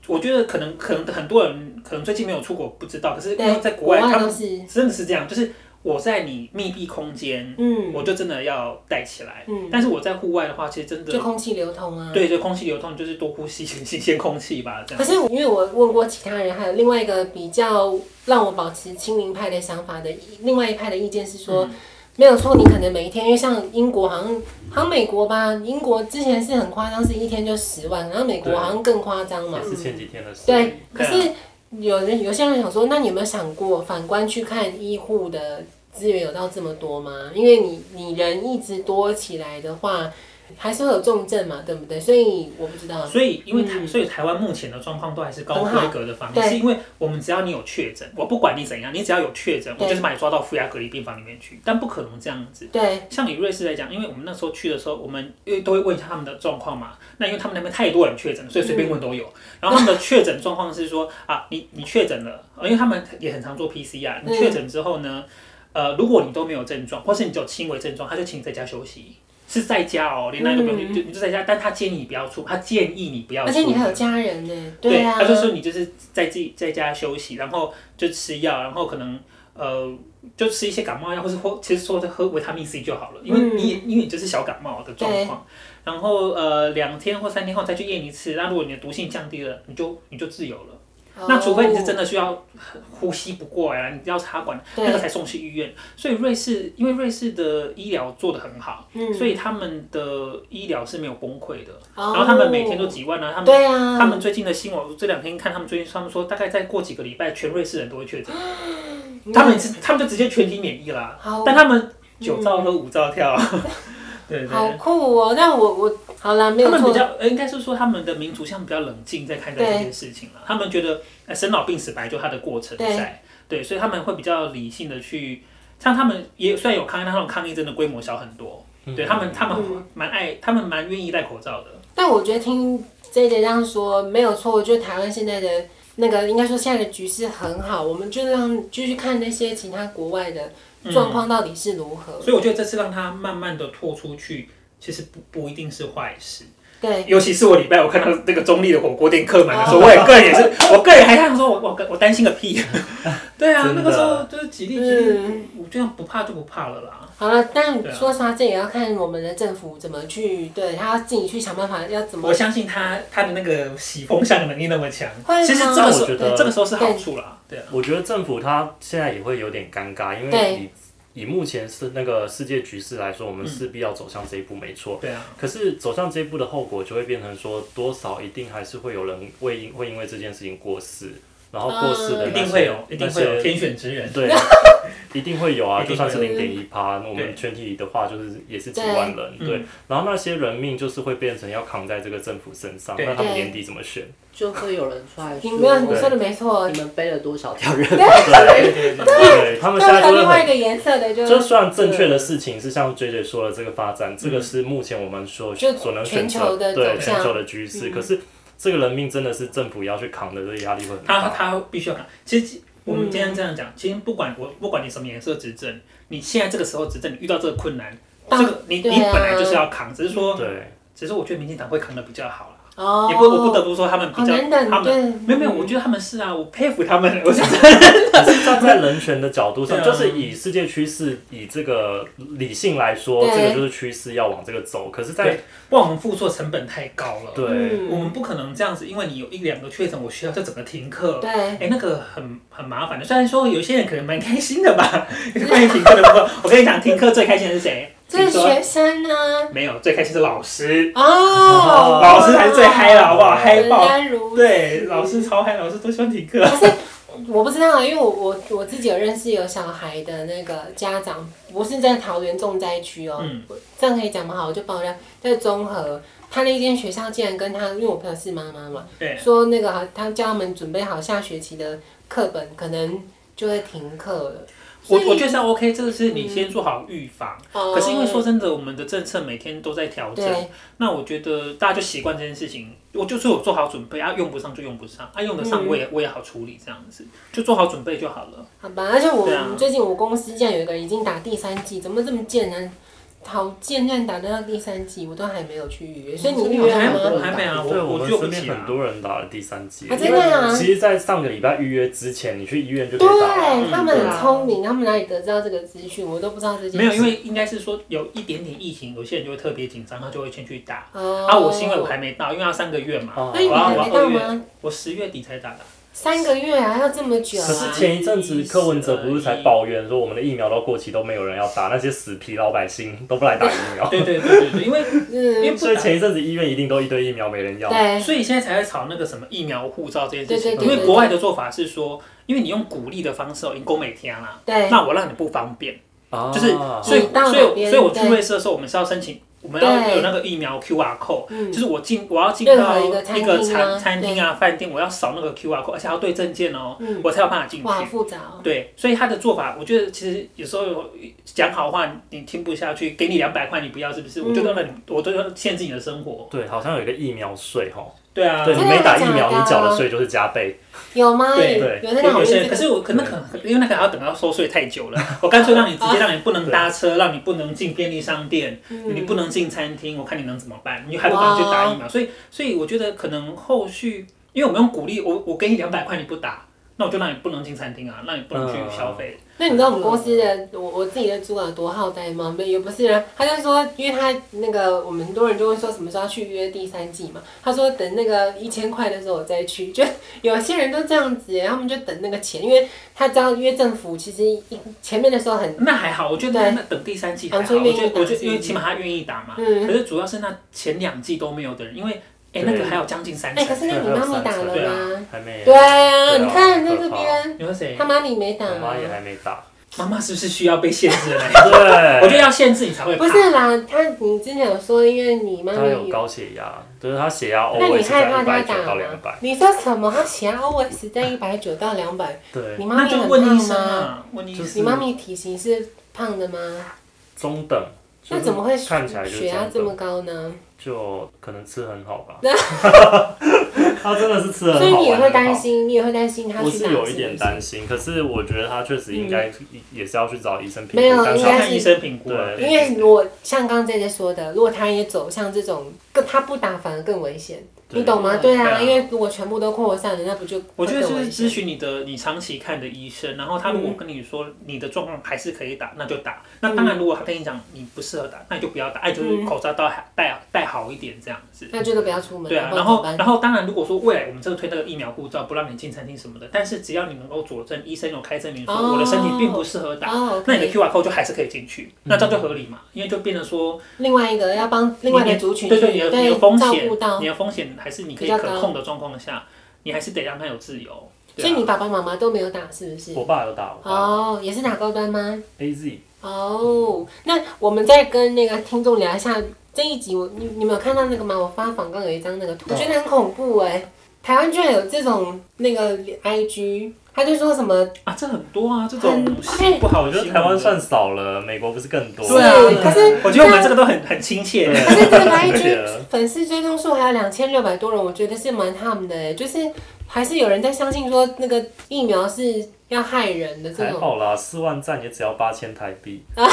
Speaker 2: 我觉得可能可能很多人可能最近没有出国不知道，可是因为
Speaker 1: 对，
Speaker 2: 在国外他
Speaker 1: 都
Speaker 2: 们
Speaker 1: 是，
Speaker 2: 真的是这样，就是我在你密闭空间，
Speaker 1: 嗯
Speaker 2: 我就真的要戴起来。
Speaker 1: 嗯，
Speaker 2: 但是我在户外的话，其实真的
Speaker 1: 就空气流通啊。
Speaker 2: 对对，空气流通就是多呼吸新新鲜空气吧，这
Speaker 1: 可
Speaker 2: 样。
Speaker 1: 是因为我问过其他人，还有另外一个比较让我保持清零派的想法的另外一派的意见是说，
Speaker 2: 嗯
Speaker 1: 没有错，你可能每一天，因为像英国好像好像美国吧，英国之前是很夸张，是一天就十万，然后美国
Speaker 4: 对
Speaker 1: 好像更夸张嘛
Speaker 4: 也。是前几天的事。
Speaker 1: 对，可
Speaker 2: 嗯对啊
Speaker 1: 是有人有些人想说，那你有没有想过反观去看医护的资源有到这么多吗？因为你你人一直多起来的话，还是会有重症嘛，对不对？所以我不知道。
Speaker 2: 所以，因为台，
Speaker 1: 嗯
Speaker 2: 所以台湾目前的状况都还是高
Speaker 1: 很好
Speaker 2: 规格的防疫，
Speaker 1: 对
Speaker 2: 是因为我们只要你有确诊，我不管你怎样，你只要有确诊，我
Speaker 1: 对
Speaker 2: 就是把你抓到负压隔离病房里面去，但不可能这样子。
Speaker 1: 对，
Speaker 2: 像以瑞士来讲，因为我们那时候去的时候，我们因为都会问一下他们的状况嘛。那因为他们那边太多人确诊，所以随便问都有。
Speaker 1: 嗯
Speaker 2: 然后他们的确诊状况是说啊，你你确诊了，呃因为他们也很常做 PCR，
Speaker 1: 嗯
Speaker 2: 你确诊之后呢，呃，如果你都没有症状，或是你只有轻微症状，他就请你在家休息，是在家哦，连那都不用，
Speaker 1: 嗯
Speaker 2: 就你就在家。但他建议你不要出，他建议你不要出
Speaker 1: 而
Speaker 2: 门，
Speaker 1: 且你还有家人呢，
Speaker 2: 对，
Speaker 1: 啊，
Speaker 2: 他就说你就是在自己在家休息，然后就吃药，然后可能呃就吃一些感冒药，或是或其实说的喝维他命 C 就好了，因为
Speaker 1: 嗯
Speaker 2: 你也、因为你就是小感冒的状况，然后呃两天或三天后再去验一次，那如果你的毒性降低了，你就你就自由了。
Speaker 1: 哦
Speaker 2: 那除非你是真的需要呼吸不过来，你要插管，
Speaker 1: 对
Speaker 2: 那个才送去医院。所以瑞士因为瑞士的医疗做得很好，
Speaker 1: 嗯
Speaker 2: 所以他们的医疗是没有崩溃的。
Speaker 1: 哦，
Speaker 2: 然后他们每天都几万啊，他们
Speaker 1: 对啊，
Speaker 2: 他们最近的新闻，我这两天看他们最近，他们说大概再过几个礼拜，全瑞士人都 会确诊。
Speaker 1: 嗯
Speaker 2: 他们是他们就直接全体免疫啦，
Speaker 1: 好
Speaker 2: 但他们九兆和五兆跳， 对对
Speaker 1: 嗯好
Speaker 2: 对。
Speaker 1: 酷哦。但我我好啦，没
Speaker 2: 他
Speaker 1: 有
Speaker 2: 们比
Speaker 1: 错，
Speaker 2: 较，呃应该是说他们的民族像比较冷静在看待这件事情
Speaker 1: 嗯
Speaker 2: 了。他们觉得，呃，生老病死本来就它的过程在，对，所以他们会比较理性的去，像他们也虽然有抗议，但他们抗议真的规模小很多。
Speaker 4: 嗯
Speaker 2: 对他们，他们
Speaker 1: 嗯
Speaker 2: 蛮爱，他们蛮愿意戴口罩的。
Speaker 1: 但我觉得听 J J 这样说没有错，我觉得台湾现在的那个应该说现在的局势很好，我们就让就去看那些其他国外的状况到底是如何。
Speaker 2: 所以我觉得这次让他慢慢的拓出去，其实不不一定是坏事。
Speaker 1: 对，
Speaker 2: 尤其是我礼拜我看到那个中立的火锅店客满的时候，
Speaker 1: 哦
Speaker 4: 啊
Speaker 2: 我也个人也是，我个人还想说我，我我担心个 屁。对啊，
Speaker 4: 真
Speaker 2: 那
Speaker 4: 的
Speaker 2: 个时候就是几例几例
Speaker 1: 嗯，
Speaker 2: 我这样不怕就不怕了啦。
Speaker 1: 好了，但
Speaker 2: 对啊
Speaker 1: 说实话，这也要看我们的政府怎么去，对他要自己去想办法，要怎么
Speaker 2: 我相信他他的那个洗风向的能力那么强
Speaker 1: 会，吗
Speaker 2: 其实这个时
Speaker 4: 但我觉得
Speaker 2: 候这个时候是好处啦，对啊。
Speaker 4: 我觉得政府它现在也会有点尴尬，因
Speaker 1: 对
Speaker 4: 为你以目前是那个世界局势来说，我
Speaker 2: 嗯
Speaker 4: 们势必要走向这一步，没错。
Speaker 2: 对啊，
Speaker 4: 可是走向这一步的后果，就会变成说，多少一定还是会有人为因会因为这件事情过世，然后过世
Speaker 2: 一
Speaker 4: 的啊那些
Speaker 2: 定会有，一定会有
Speaker 4: 那些
Speaker 2: 天选之人。
Speaker 4: 对，一定会有啊，
Speaker 2: 一
Speaker 4: 就
Speaker 2: 定
Speaker 4: 算
Speaker 2: 会
Speaker 4: 是零点一趴，那我
Speaker 2: 对
Speaker 4: 们全体的话就是也是几万人，
Speaker 2: 对
Speaker 4: 对。然后那些人命就是会变成要扛在这个政府身上，
Speaker 2: 对
Speaker 4: 那他们
Speaker 1: 对
Speaker 4: 年底怎么选？
Speaker 3: 就会有人出来说，
Speaker 1: 你没有你说的没错，
Speaker 3: 你们背了多少条人？
Speaker 4: 对，
Speaker 2: 对对
Speaker 4: 对他们现在
Speaker 1: 那
Speaker 4: 就会
Speaker 1: 另外一
Speaker 4: 很。
Speaker 1: 个颜色的就嗯
Speaker 4: 就算正确的事情是像 J J 说的这个发展，这个是目前我们所
Speaker 1: 就
Speaker 4: 所能
Speaker 1: 全
Speaker 4: 选
Speaker 1: 球
Speaker 4: 择
Speaker 1: 的
Speaker 4: 对
Speaker 1: 走向嗯
Speaker 4: 全球的局势。可是这个人命真的是政府要去扛的，这个压力会很
Speaker 2: 他
Speaker 4: 大。
Speaker 2: 他必须要看。其实我们今天这样
Speaker 1: 嗯
Speaker 2: 讲，其实不管我不管你什么颜色执政，你现在这个时候执政，你遇到这个困难，这
Speaker 1: 当
Speaker 2: 个你、
Speaker 1: 对
Speaker 2: 你
Speaker 1: 啊
Speaker 2: 本来就是要扛，只是说，
Speaker 4: 对，
Speaker 2: 只是我觉得民进党会扛的比较好啦。
Speaker 1: 哦，
Speaker 2: 也不我不得不说他们比
Speaker 1: 好
Speaker 2: 较，
Speaker 1: 难等，
Speaker 2: 他们
Speaker 1: 对，嗯
Speaker 2: 没有没有，我觉得他们是啊，我佩服 他们，我是
Speaker 4: 可是站在人权的角度
Speaker 2: 对
Speaker 4: 上，
Speaker 2: 啊
Speaker 4: 就是以世界趋势，以这个理性来说，
Speaker 1: 对
Speaker 4: 这个就是趋势要往这个走。可是在，
Speaker 2: 对不然我们付出的成本太高了。
Speaker 4: 对
Speaker 2: 我
Speaker 1: 嗯
Speaker 2: 们不可能这样子，因为你有一两个确诊，我需要这整个停课。
Speaker 1: 对，
Speaker 2: 哎、那个很很麻烦的。虽然说有些人可能蛮开心 的吧，关于停课的部分，我跟你讲，停课最开心的是谁？
Speaker 1: 这
Speaker 2: 你
Speaker 1: 是啊
Speaker 2: 说
Speaker 1: 学生呢，
Speaker 2: 没有，最开心是老师，
Speaker 1: 哦，
Speaker 2: 老师才是最嗨的，好不好？嗨
Speaker 1: 原
Speaker 2: 爆！
Speaker 1: 来如此
Speaker 2: 对，老师超嗨，老师都喜欢停课。
Speaker 1: 可是我不知道，因为我我我自己有认识有小孩的那个家长，不是在桃园重灾区哦，
Speaker 2: 嗯
Speaker 1: 这样可以讲吗？好，我就爆料，在综合他那间学校竟然跟他，因为我朋友是妈妈嘛，
Speaker 2: 对，
Speaker 1: 说那个好他叫他们准备好下学期的课本，可能就会停课了。
Speaker 2: 我
Speaker 1: 所以
Speaker 2: 我觉得是 OK，这个是你先做好预防。
Speaker 1: 哦
Speaker 2: 可是因为说真的，我们的政策每天都在调整
Speaker 1: 对，
Speaker 2: 那我觉得大家就习惯这件事情。我就是有做好准备啊，用不上就用不上，啊用得上我也、我也好处理，这样子就做好准备就好了。
Speaker 1: 好吧，而且我
Speaker 2: 对啊
Speaker 1: 们最近我公司竟然有一个人已经打第三季，怎么这么贱呢？好贱，竟然打得到第三季，我都还没有去预约，所以你预约
Speaker 2: 还
Speaker 1: 了吗？
Speaker 3: 嗯
Speaker 2: 我还没啊，
Speaker 4: 对
Speaker 2: 我
Speaker 4: 我们
Speaker 2: 就不
Speaker 4: 身边
Speaker 2: 起
Speaker 4: 很
Speaker 2: 啊。
Speaker 4: 多人打了第三剂
Speaker 1: 啊，，真的啊！
Speaker 4: 其实，在上个礼拜预约之前，你去
Speaker 2: 嗯
Speaker 4: 医院就可以打了。嗯
Speaker 1: 对他们
Speaker 3: 对
Speaker 1: 很
Speaker 3: 啊
Speaker 1: 聪明，他们哪里得知到这个资讯？我都不知道这件事。
Speaker 2: 没有，因为应该是说有一点点疫情，有些人就会特别紧张，他就会先去打。
Speaker 1: 哦
Speaker 2: 啊，我是因为我还没到，因为要三个月嘛，
Speaker 4: 哦
Speaker 1: 所以你
Speaker 2: 我要
Speaker 1: 还
Speaker 2: 我
Speaker 1: 没
Speaker 2: 要
Speaker 1: 到
Speaker 2: 二月，
Speaker 1: 吗？
Speaker 2: 我十月底才打的。
Speaker 1: 三个月啊，要这么久啊？
Speaker 4: 可是前一阵子柯文哲不是才抱怨说我们的疫苗都过期，都没有人要打，那些死皮老百姓都不 来打疫苗，
Speaker 2: 对对对对对，因为因为
Speaker 1: 嗯，
Speaker 2: 不
Speaker 4: 所以
Speaker 2: 打
Speaker 4: 前一阵子医院一定都一堆疫苗没人要。
Speaker 1: 对，
Speaker 2: 所以现在才在吵那个什么疫苗护照这件事情，
Speaker 1: 对对对
Speaker 2: 因为
Speaker 1: 对
Speaker 2: 国外的做法是说，因为你用鼓励的方式哦，引购每天啦，
Speaker 1: 对哦
Speaker 2: 那我让你不方便，
Speaker 4: 啊
Speaker 2: 就是所以
Speaker 1: 你到哪
Speaker 2: 所以我
Speaker 1: 边
Speaker 2: 所以我
Speaker 1: 对
Speaker 2: 聚会社的时候，我们是要申请，我们要
Speaker 1: 对
Speaker 2: 有那个疫苗 QR code，
Speaker 1: 嗯
Speaker 2: 就是我进我要进
Speaker 1: 任
Speaker 2: 到
Speaker 1: 何一个餐
Speaker 2: 一个
Speaker 1: 厅啊
Speaker 2: 餐餐厅啊饭店，我要扫那个 QR code，而且要对证件哦，
Speaker 1: 嗯，
Speaker 2: 我才有办法进去
Speaker 1: 哇，。好复杂哦。
Speaker 2: 对，所以他的做法，我觉得其实有时候讲好话你听不下去，给你两百块你不要，是不是？我就让你，我就要限制你的生活。
Speaker 4: 对，好像有一个疫苗税哈，
Speaker 2: 对啊，
Speaker 4: 对你没打疫苗，
Speaker 1: 真的假的
Speaker 4: 你缴的税就是加倍。
Speaker 1: 有吗？
Speaker 2: 对
Speaker 4: 对
Speaker 1: 有
Speaker 2: 有
Speaker 1: 在讨
Speaker 2: 有
Speaker 1: 论
Speaker 2: 些
Speaker 1: 这
Speaker 2: 人，可
Speaker 1: 个
Speaker 2: 是我可能可能因为那个还要等到收税太久了， 我干脆让你直接让你不能搭车，让你不能进便利商店，
Speaker 1: 嗯
Speaker 2: 你不能进餐厅，我看你能怎么办？你还不赶快去打疫苗？所以所以我觉得可能后续，因为我们用鼓励，我我给你两百块你不打，那我就让你不能进餐厅啊，让你不能去消费。
Speaker 1: 那你知道我们公司的我我自己的主管多好呆吗？没也不是啊，他就说，因为他那个我们很多人就会说什么时候要去约第三季嘛，他说等那个一千块的时候我再去，就有些人都这样子耶，他们就等那个钱，因为他知道约政府其实一前面的时候很
Speaker 2: 那还好，我觉得
Speaker 1: 对
Speaker 2: 那等第三季还
Speaker 1: 啊
Speaker 2: 好，
Speaker 1: 所以
Speaker 2: 我
Speaker 1: 愿意
Speaker 2: 觉得我觉
Speaker 1: 打
Speaker 2: 得因为起码他愿意打嘛。
Speaker 1: 嗯
Speaker 2: 可是主要是那前两季都没有的人，因为哎那个还有将近三
Speaker 1: 哎、可
Speaker 2: 成。
Speaker 1: 是那你妈咪打了
Speaker 2: 对
Speaker 1: 吗？
Speaker 4: 还没。
Speaker 1: 对啊，
Speaker 4: 对啊
Speaker 1: 你看在这边，
Speaker 2: 你说谁
Speaker 1: 他？妈咪没打
Speaker 4: 我哎妈
Speaker 1: 啊，
Speaker 4: 也还没打。
Speaker 2: 妈妈是不是需要被限制了？
Speaker 4: 对，
Speaker 2: 我觉得要限制你才会怕。
Speaker 1: 不是啦，他你之前有说，因为你妈
Speaker 4: 她
Speaker 1: 咪
Speaker 4: 有高血压，哦就是她血压
Speaker 1: 那
Speaker 4: always
Speaker 1: 你害
Speaker 4: 在
Speaker 1: 怕他
Speaker 4: 一百九
Speaker 1: 打
Speaker 4: 到两
Speaker 1: 吗
Speaker 4: 百？。
Speaker 1: 你说什么？他啊血压 always 在一百九到两百，
Speaker 4: 对
Speaker 1: 你，妈
Speaker 2: 那
Speaker 1: 咪
Speaker 2: 就
Speaker 1: 很
Speaker 2: 问
Speaker 1: 胖
Speaker 2: 医生
Speaker 1: 吗？
Speaker 2: 啊，问医
Speaker 4: 就
Speaker 2: 生。
Speaker 4: 是
Speaker 1: 你妈咪体型是胖的吗？
Speaker 4: 中等。就
Speaker 1: 那
Speaker 4: 是
Speaker 1: 怎么会
Speaker 4: 看起来就是
Speaker 1: 血压这
Speaker 4: 中
Speaker 1: 么
Speaker 4: 等？
Speaker 1: 高呢？
Speaker 4: 就可能吃很好 吧。她真的是吃很好，
Speaker 1: 所以你也
Speaker 4: 玩
Speaker 1: 会
Speaker 4: 很好
Speaker 1: 担心，你也会担心他去
Speaker 4: 我
Speaker 1: 打
Speaker 4: 是有一点
Speaker 1: 不是嗯
Speaker 4: 担心，可是我觉得他确实应该也是要去找医生评
Speaker 1: 没有
Speaker 4: 估，但
Speaker 2: 你
Speaker 4: 是
Speaker 1: 应
Speaker 2: 要
Speaker 1: 该
Speaker 4: 他
Speaker 2: 看医生评估啊。
Speaker 4: 对
Speaker 1: 因为如果像刚刚姐姐说的，如果他也走向这种，更他不打反而更危险，
Speaker 4: 对
Speaker 1: 你懂吗？
Speaker 2: 对
Speaker 1: 对
Speaker 2: 啊
Speaker 1: 啊，因为如果全部都扩散了，那不就
Speaker 2: 我觉得就
Speaker 1: 会更
Speaker 2: 是
Speaker 1: 危
Speaker 2: 咨
Speaker 1: 险
Speaker 2: 询你的你长期看的医生，然后他如果跟你说你的状况还是可以打，那就打。那当然，如果他跟你讲你不适合打，那你就不要打，哎，就是
Speaker 1: 嗯
Speaker 2: 口罩戴戴戴好一点这样子。
Speaker 1: 那就都不要出门，
Speaker 2: 对啊，
Speaker 1: 不
Speaker 2: 然
Speaker 1: 然怎么
Speaker 2: 后
Speaker 1: 办
Speaker 2: 然后当然，如果说未来我们这个推那个疫苗护照不让你进餐厅什么的，但是只要你能够佐证医生有开证明说
Speaker 1: 哦
Speaker 2: 我的身体并不适合打，
Speaker 1: 哦，
Speaker 2: 那你的
Speaker 1: OK
Speaker 2: QR code 就还是可以进去，
Speaker 4: 嗯
Speaker 2: 那这样就合理嘛？因为就变成说
Speaker 1: 另外一个要帮另外
Speaker 2: 你
Speaker 1: 的族群
Speaker 2: 对
Speaker 1: 去
Speaker 2: 对，你的你的风
Speaker 1: 照
Speaker 2: 险
Speaker 1: 顾，到
Speaker 2: 你，的风险还是你可
Speaker 1: 比
Speaker 2: 以
Speaker 1: 较
Speaker 2: 可
Speaker 1: 高
Speaker 2: 控的状况下，你还是得让他有自由。对
Speaker 1: 所
Speaker 2: 啊
Speaker 1: 以你爸爸妈妈都没有打，是不是？
Speaker 4: 我爸有打，我爸
Speaker 1: 哦，也是打高端吗？
Speaker 4: A Z
Speaker 1: 哦，那我们再跟那个听众聊一下这一集我，你你们有看到那个吗？我发访刚有一张那个图，我觉得很恐怖哎、台湾居然有这种那个 IG，他就说什么
Speaker 2: 啊，这很多啊，这种
Speaker 1: 很
Speaker 2: 新不好
Speaker 4: 我
Speaker 2: 的
Speaker 4: 觉
Speaker 2: 新闻的，
Speaker 4: 得台湾算少了，美国不是更多？
Speaker 2: 对啊。
Speaker 1: 可是
Speaker 2: 我觉得我们这个啊都很很亲切。
Speaker 1: 可 是这个
Speaker 4: 对
Speaker 1: IG 粉丝追踪数还有两千六百多人，我觉得是蛮他们的哎、就是还是有人在相信说那个疫苗是要害人的这
Speaker 4: 还
Speaker 1: 种。
Speaker 4: 好啦，四万赞也只要八千台币，
Speaker 1: 哎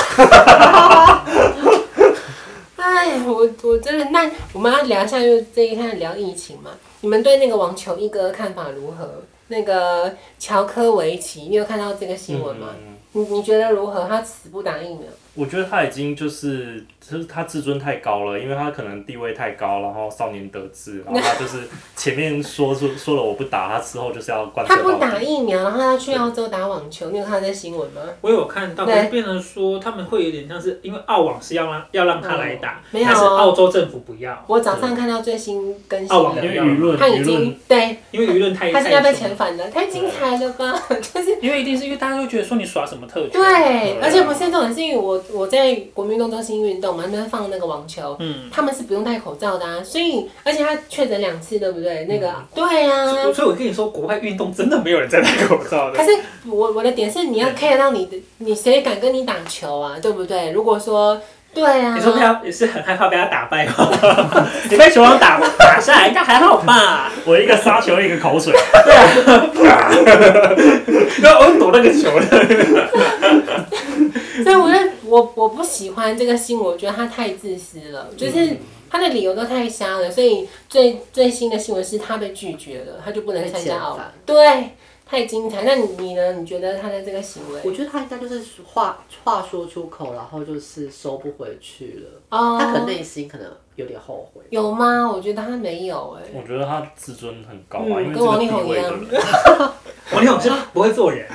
Speaker 1: 哎，我我真的，那我们要聊一下，就是这一看聊疫情嘛。你们对那个网球一哥看法如何？那个乔科维奇，你有看到这个新闻吗？
Speaker 4: 嗯
Speaker 1: 你你觉得如何？他死不打疫苗，
Speaker 4: 我觉得他已经就是，就是他自尊太高了，因为他可能地位太高，然后少年得志，然后他 就是前面说出说了我不打，他之后就是要贯彻
Speaker 1: 他不
Speaker 4: 到
Speaker 1: 打
Speaker 4: 底。
Speaker 1: 疫苗，然后他去澳洲打网球，你有看到这新闻吗？
Speaker 2: 我有看到，
Speaker 1: 对
Speaker 2: 可是变成说他们会有点像是，因为澳网是要让要让他来打，
Speaker 1: 没有
Speaker 2: 但是
Speaker 1: 啊
Speaker 2: 澳洲政府不要，
Speaker 1: 我早上看到最新更
Speaker 2: 澳
Speaker 1: 新
Speaker 2: 网
Speaker 4: 因
Speaker 1: 的，
Speaker 4: 为舆论
Speaker 1: 他已
Speaker 4: 舆论
Speaker 1: 经对，
Speaker 2: 因为舆论太
Speaker 1: 他是要被
Speaker 2: 太凶
Speaker 1: 遣返的，太精彩了吧？就是
Speaker 2: 因为一定是因为大家会觉得说你耍什么特权，啊
Speaker 1: 对，而且不是重点是因为我我在国民运动中心运动嘛，那边放那个网球，
Speaker 2: 嗯，
Speaker 1: 他们是不用戴口罩的啊，所以而且他确诊两次，对不对？那个、
Speaker 3: 嗯
Speaker 1: 对呀、
Speaker 2: 所以
Speaker 1: 啊
Speaker 2: 我，所以我跟你说，国外运动真的没有人在戴口罩
Speaker 1: 可
Speaker 2: 的，
Speaker 1: 是我我的点是你要 care 到你的，你谁敢跟你打球啊，对不对？如果说对啊，
Speaker 2: 你说被他也是很害怕被他打败吗？ 你被球王打打下来应该还好 吧？
Speaker 4: 我一个杀球，一个口水，
Speaker 2: 然后我躲那个球的，
Speaker 1: 所以我觉得我我不喜欢这个新闻，我觉得他太自私了，就是
Speaker 3: 嗯
Speaker 1: 他的理由都太瞎了。所以最最新的新闻是他被拒绝了，他就不能参加奥运
Speaker 3: 被遣返。
Speaker 1: 对，太精彩。那你你呢？你觉得他的这个行为？
Speaker 3: 我觉得他应该就是话话说出口，然后就是收不回去了。
Speaker 1: 哦
Speaker 3: 他可能内心可能有点后悔。
Speaker 1: 有吗？我觉得他没有哎、
Speaker 4: 我觉得他自尊很高啊，
Speaker 1: 嗯
Speaker 4: 因为这
Speaker 1: 跟王
Speaker 4: 个
Speaker 1: 力
Speaker 4: 地
Speaker 1: 宏
Speaker 4: 位
Speaker 1: 一
Speaker 4: 的
Speaker 1: 样
Speaker 4: 人，
Speaker 2: 我那种是不会做人，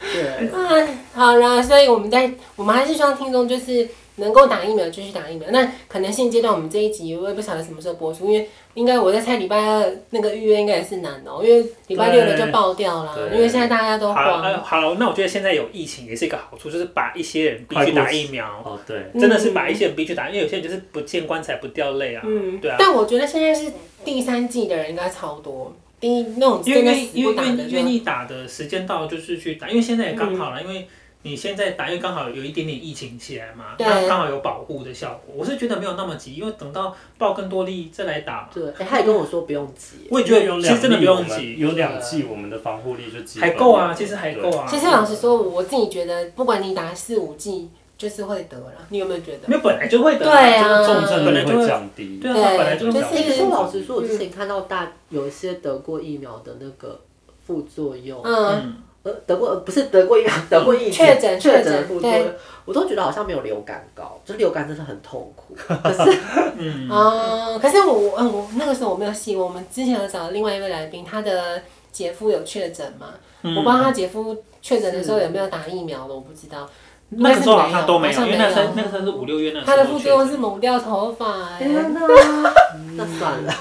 Speaker 3: 对，
Speaker 1: 哎，好啦，所以我们在我们还是希望听众就是能够打疫苗就去打疫苗。那可能现阶段我们这一集我也不晓得什么时候播出，因为应该我在猜礼拜二那个预约应该也是难哦、因为礼拜六的就爆掉啦，
Speaker 4: 对
Speaker 1: 因为现在大家都
Speaker 2: 好
Speaker 1: 慌。
Speaker 2: 呃好，那我觉得现在有疫情也是一个好处，就是把一些人逼去打疫苗，
Speaker 4: 哦对，
Speaker 1: 嗯
Speaker 2: 真的是把一些人逼去打，因为有些人就是不见棺材不掉泪啊，
Speaker 1: 嗯，
Speaker 2: 对啊。
Speaker 1: 但我觉得现在是第三季的人应该超多，第一那种
Speaker 2: 因为
Speaker 1: 真的
Speaker 2: 愿
Speaker 1: 死
Speaker 2: 因
Speaker 1: 不
Speaker 2: 为
Speaker 1: 打的
Speaker 2: 愿
Speaker 1: 就
Speaker 2: 愿意打的时间到，就是去打，因为现在也刚好了，因为你现在打，因为刚好有一点点疫情起来嘛，
Speaker 1: 对
Speaker 2: 那刚好有保护的效果。我是觉得没有那么急，因为等到爆更多力再来打。
Speaker 3: 对，哎、他也跟我说不用急。
Speaker 2: 我也觉
Speaker 4: 有
Speaker 2: 得其
Speaker 4: 两
Speaker 2: 实真的不
Speaker 4: 剂我
Speaker 2: 用
Speaker 4: 们
Speaker 2: 急，
Speaker 4: 有两季我们的防护力就基本
Speaker 2: 还够啊，其实还够啊。
Speaker 1: 其实老实说，我自己觉得，不管你打四五季，就是会得了。你有没有觉得？
Speaker 2: 没有本来就会的，
Speaker 1: 对啊
Speaker 2: 就是
Speaker 4: 重症
Speaker 2: 本来
Speaker 4: 率
Speaker 2: 就
Speaker 4: 会
Speaker 2: 会。
Speaker 4: 降低。
Speaker 2: 对啊，本来就
Speaker 1: 对
Speaker 2: 会
Speaker 1: 就
Speaker 2: 降
Speaker 1: 是
Speaker 2: 低
Speaker 3: 其实老实说，我之
Speaker 1: 嗯
Speaker 3: 前看到大有一些得过疫苗的那个副作用，
Speaker 1: 嗯，
Speaker 2: 嗯，
Speaker 3: 呃，得过呃不是得过疫苗，得过疫情
Speaker 1: 确诊确
Speaker 3: 确诊
Speaker 1: 诊
Speaker 3: 的副作用，我都觉得好像没有流感高，就流感真的很痛 苦。可是
Speaker 2: 嗯
Speaker 1: 哦，可是我我嗯我那个时候我没有戏，我们之前有找另外一位来宾，他的姐夫有确诊嘛？
Speaker 2: 嗯
Speaker 1: 我不知道他姐夫确诊的时候有没有打疫苗了，我不知道。
Speaker 2: 那个时候好像都没有，
Speaker 1: 好像
Speaker 2: 因为
Speaker 1: 没有
Speaker 2: 那时候哎那个时候是五六月那时候
Speaker 1: 他的副作用
Speaker 2: 确
Speaker 1: 是抹掉头发、欸，
Speaker 3: 天哪，哎那算了，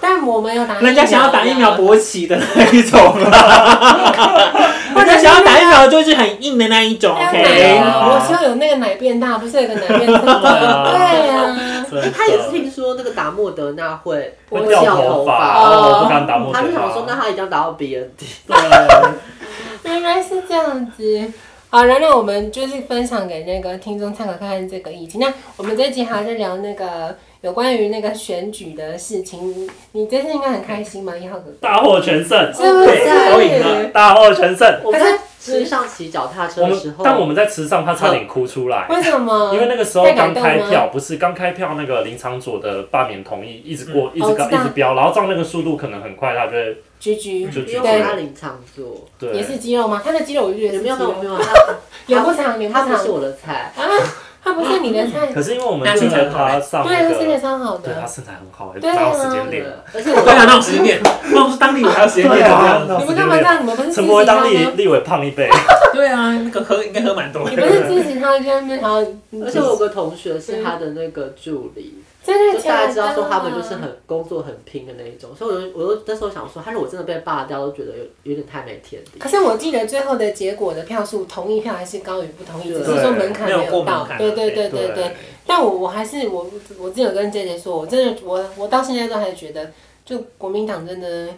Speaker 1: 但我没有打疫
Speaker 2: 诊
Speaker 1: 苗。
Speaker 2: 人家想要打疫苗，勃起的那一种啊，人家想要打疫苗就是很硬的那一种
Speaker 1: 还有
Speaker 2: ，OK
Speaker 1: 奶
Speaker 4: 啊
Speaker 1: 啊！我希望有那个奶变大，不是有个奶变大？对呀、啊，
Speaker 4: 真的
Speaker 3: 哎他也是听说那个打莫德纳会
Speaker 4: 会
Speaker 3: 掉
Speaker 4: 掉
Speaker 3: 头
Speaker 4: 头
Speaker 3: 发
Speaker 4: 发，
Speaker 1: 哦
Speaker 4: 哦，我不敢打莫
Speaker 3: 他就
Speaker 4: 德
Speaker 3: 想说，那
Speaker 4: 纳。
Speaker 3: 他一定要打到 BNT。
Speaker 4: 对，
Speaker 1: 原来是这样子。好了，那我们就是分享给那个听众参考看看这个疫情。那我们这一集还在聊那个有关于那个选举的事情，你这次应该很开心吧，一号 哥哥？
Speaker 4: 大获全胜，
Speaker 1: 是不
Speaker 3: 对
Speaker 2: 我赢了
Speaker 1: 是？
Speaker 4: 大获全胜。
Speaker 3: 我们在池上骑脚踏车
Speaker 4: 我
Speaker 3: 的时
Speaker 4: 们
Speaker 3: 候，
Speaker 4: 但我们在池上，他差点哭出来。
Speaker 1: 为什么？
Speaker 4: 因为那个时候
Speaker 1: 嗯太感
Speaker 4: 刚
Speaker 1: 动
Speaker 4: 开
Speaker 1: 吗
Speaker 4: 票，不是刚开票那个林长佐的罢免同意一直过，一
Speaker 1: 哦
Speaker 4: 直
Speaker 1: 我
Speaker 4: 高
Speaker 1: 知
Speaker 4: 一
Speaker 1: 道嗯
Speaker 4: 直飙，然后照那个速度可能很快，他就会
Speaker 1: 居居
Speaker 4: 就
Speaker 3: 因为
Speaker 4: 觉
Speaker 3: 我
Speaker 4: 得
Speaker 3: 他领长做，
Speaker 4: 对，
Speaker 1: 也是肌肉吗？他的肌肉我就觉得
Speaker 3: 有
Speaker 1: 是
Speaker 3: 没有
Speaker 1: 肌
Speaker 3: 没有
Speaker 1: 肉
Speaker 3: 没有，他
Speaker 1: 脸不长， 脸不
Speaker 3: 他
Speaker 1: 长
Speaker 3: 不是我的菜。
Speaker 1: 啊，他不是你的菜，
Speaker 4: 可是因为我们
Speaker 2: 那
Speaker 4: 记
Speaker 2: 身材
Speaker 4: 得
Speaker 2: 好
Speaker 4: 他上
Speaker 1: 对啊
Speaker 4: 那
Speaker 1: 他身材
Speaker 4: 个，
Speaker 1: 超好
Speaker 4: 对他
Speaker 1: 的。
Speaker 4: 身材很好，也不
Speaker 1: 对啊
Speaker 4: 知道时间点。
Speaker 3: 而且我
Speaker 2: 对啊，那种时间 点，不然我是当地我还有时间点
Speaker 4: 啊
Speaker 2: 啊。
Speaker 4: 那
Speaker 1: 你们
Speaker 4: 种时
Speaker 1: 干
Speaker 4: 间
Speaker 1: 嘛这
Speaker 4: 点，
Speaker 1: 样？你们不是支持
Speaker 4: 陈柏
Speaker 1: 他
Speaker 4: 当立
Speaker 1: 吗？
Speaker 4: 立委胖一倍，
Speaker 2: 对啊，那个喝应该喝蛮多
Speaker 1: 你不是
Speaker 2: 的。
Speaker 1: 支持他，就是然后
Speaker 3: 而且
Speaker 1: 哦
Speaker 3: 我有个同学是他的那个助理，
Speaker 1: 真
Speaker 3: 就
Speaker 1: 的假
Speaker 3: 大
Speaker 1: 的？
Speaker 3: 家知道说他们就是很工作很拼的那一种，所以我就我就那时候想说，他如果真的被罢掉，都觉得有有点太没天理。
Speaker 1: 可是我记得最后的结果的票数，同意票还是高于不同意，只
Speaker 3: 对
Speaker 1: 是说门槛没
Speaker 2: 没有过
Speaker 1: 有到
Speaker 2: 门。槛
Speaker 1: 对对对对
Speaker 4: 对
Speaker 1: 对。但我我还是我我之前有跟姐姐说，我真的我我到现在都还觉得，就国民党真的，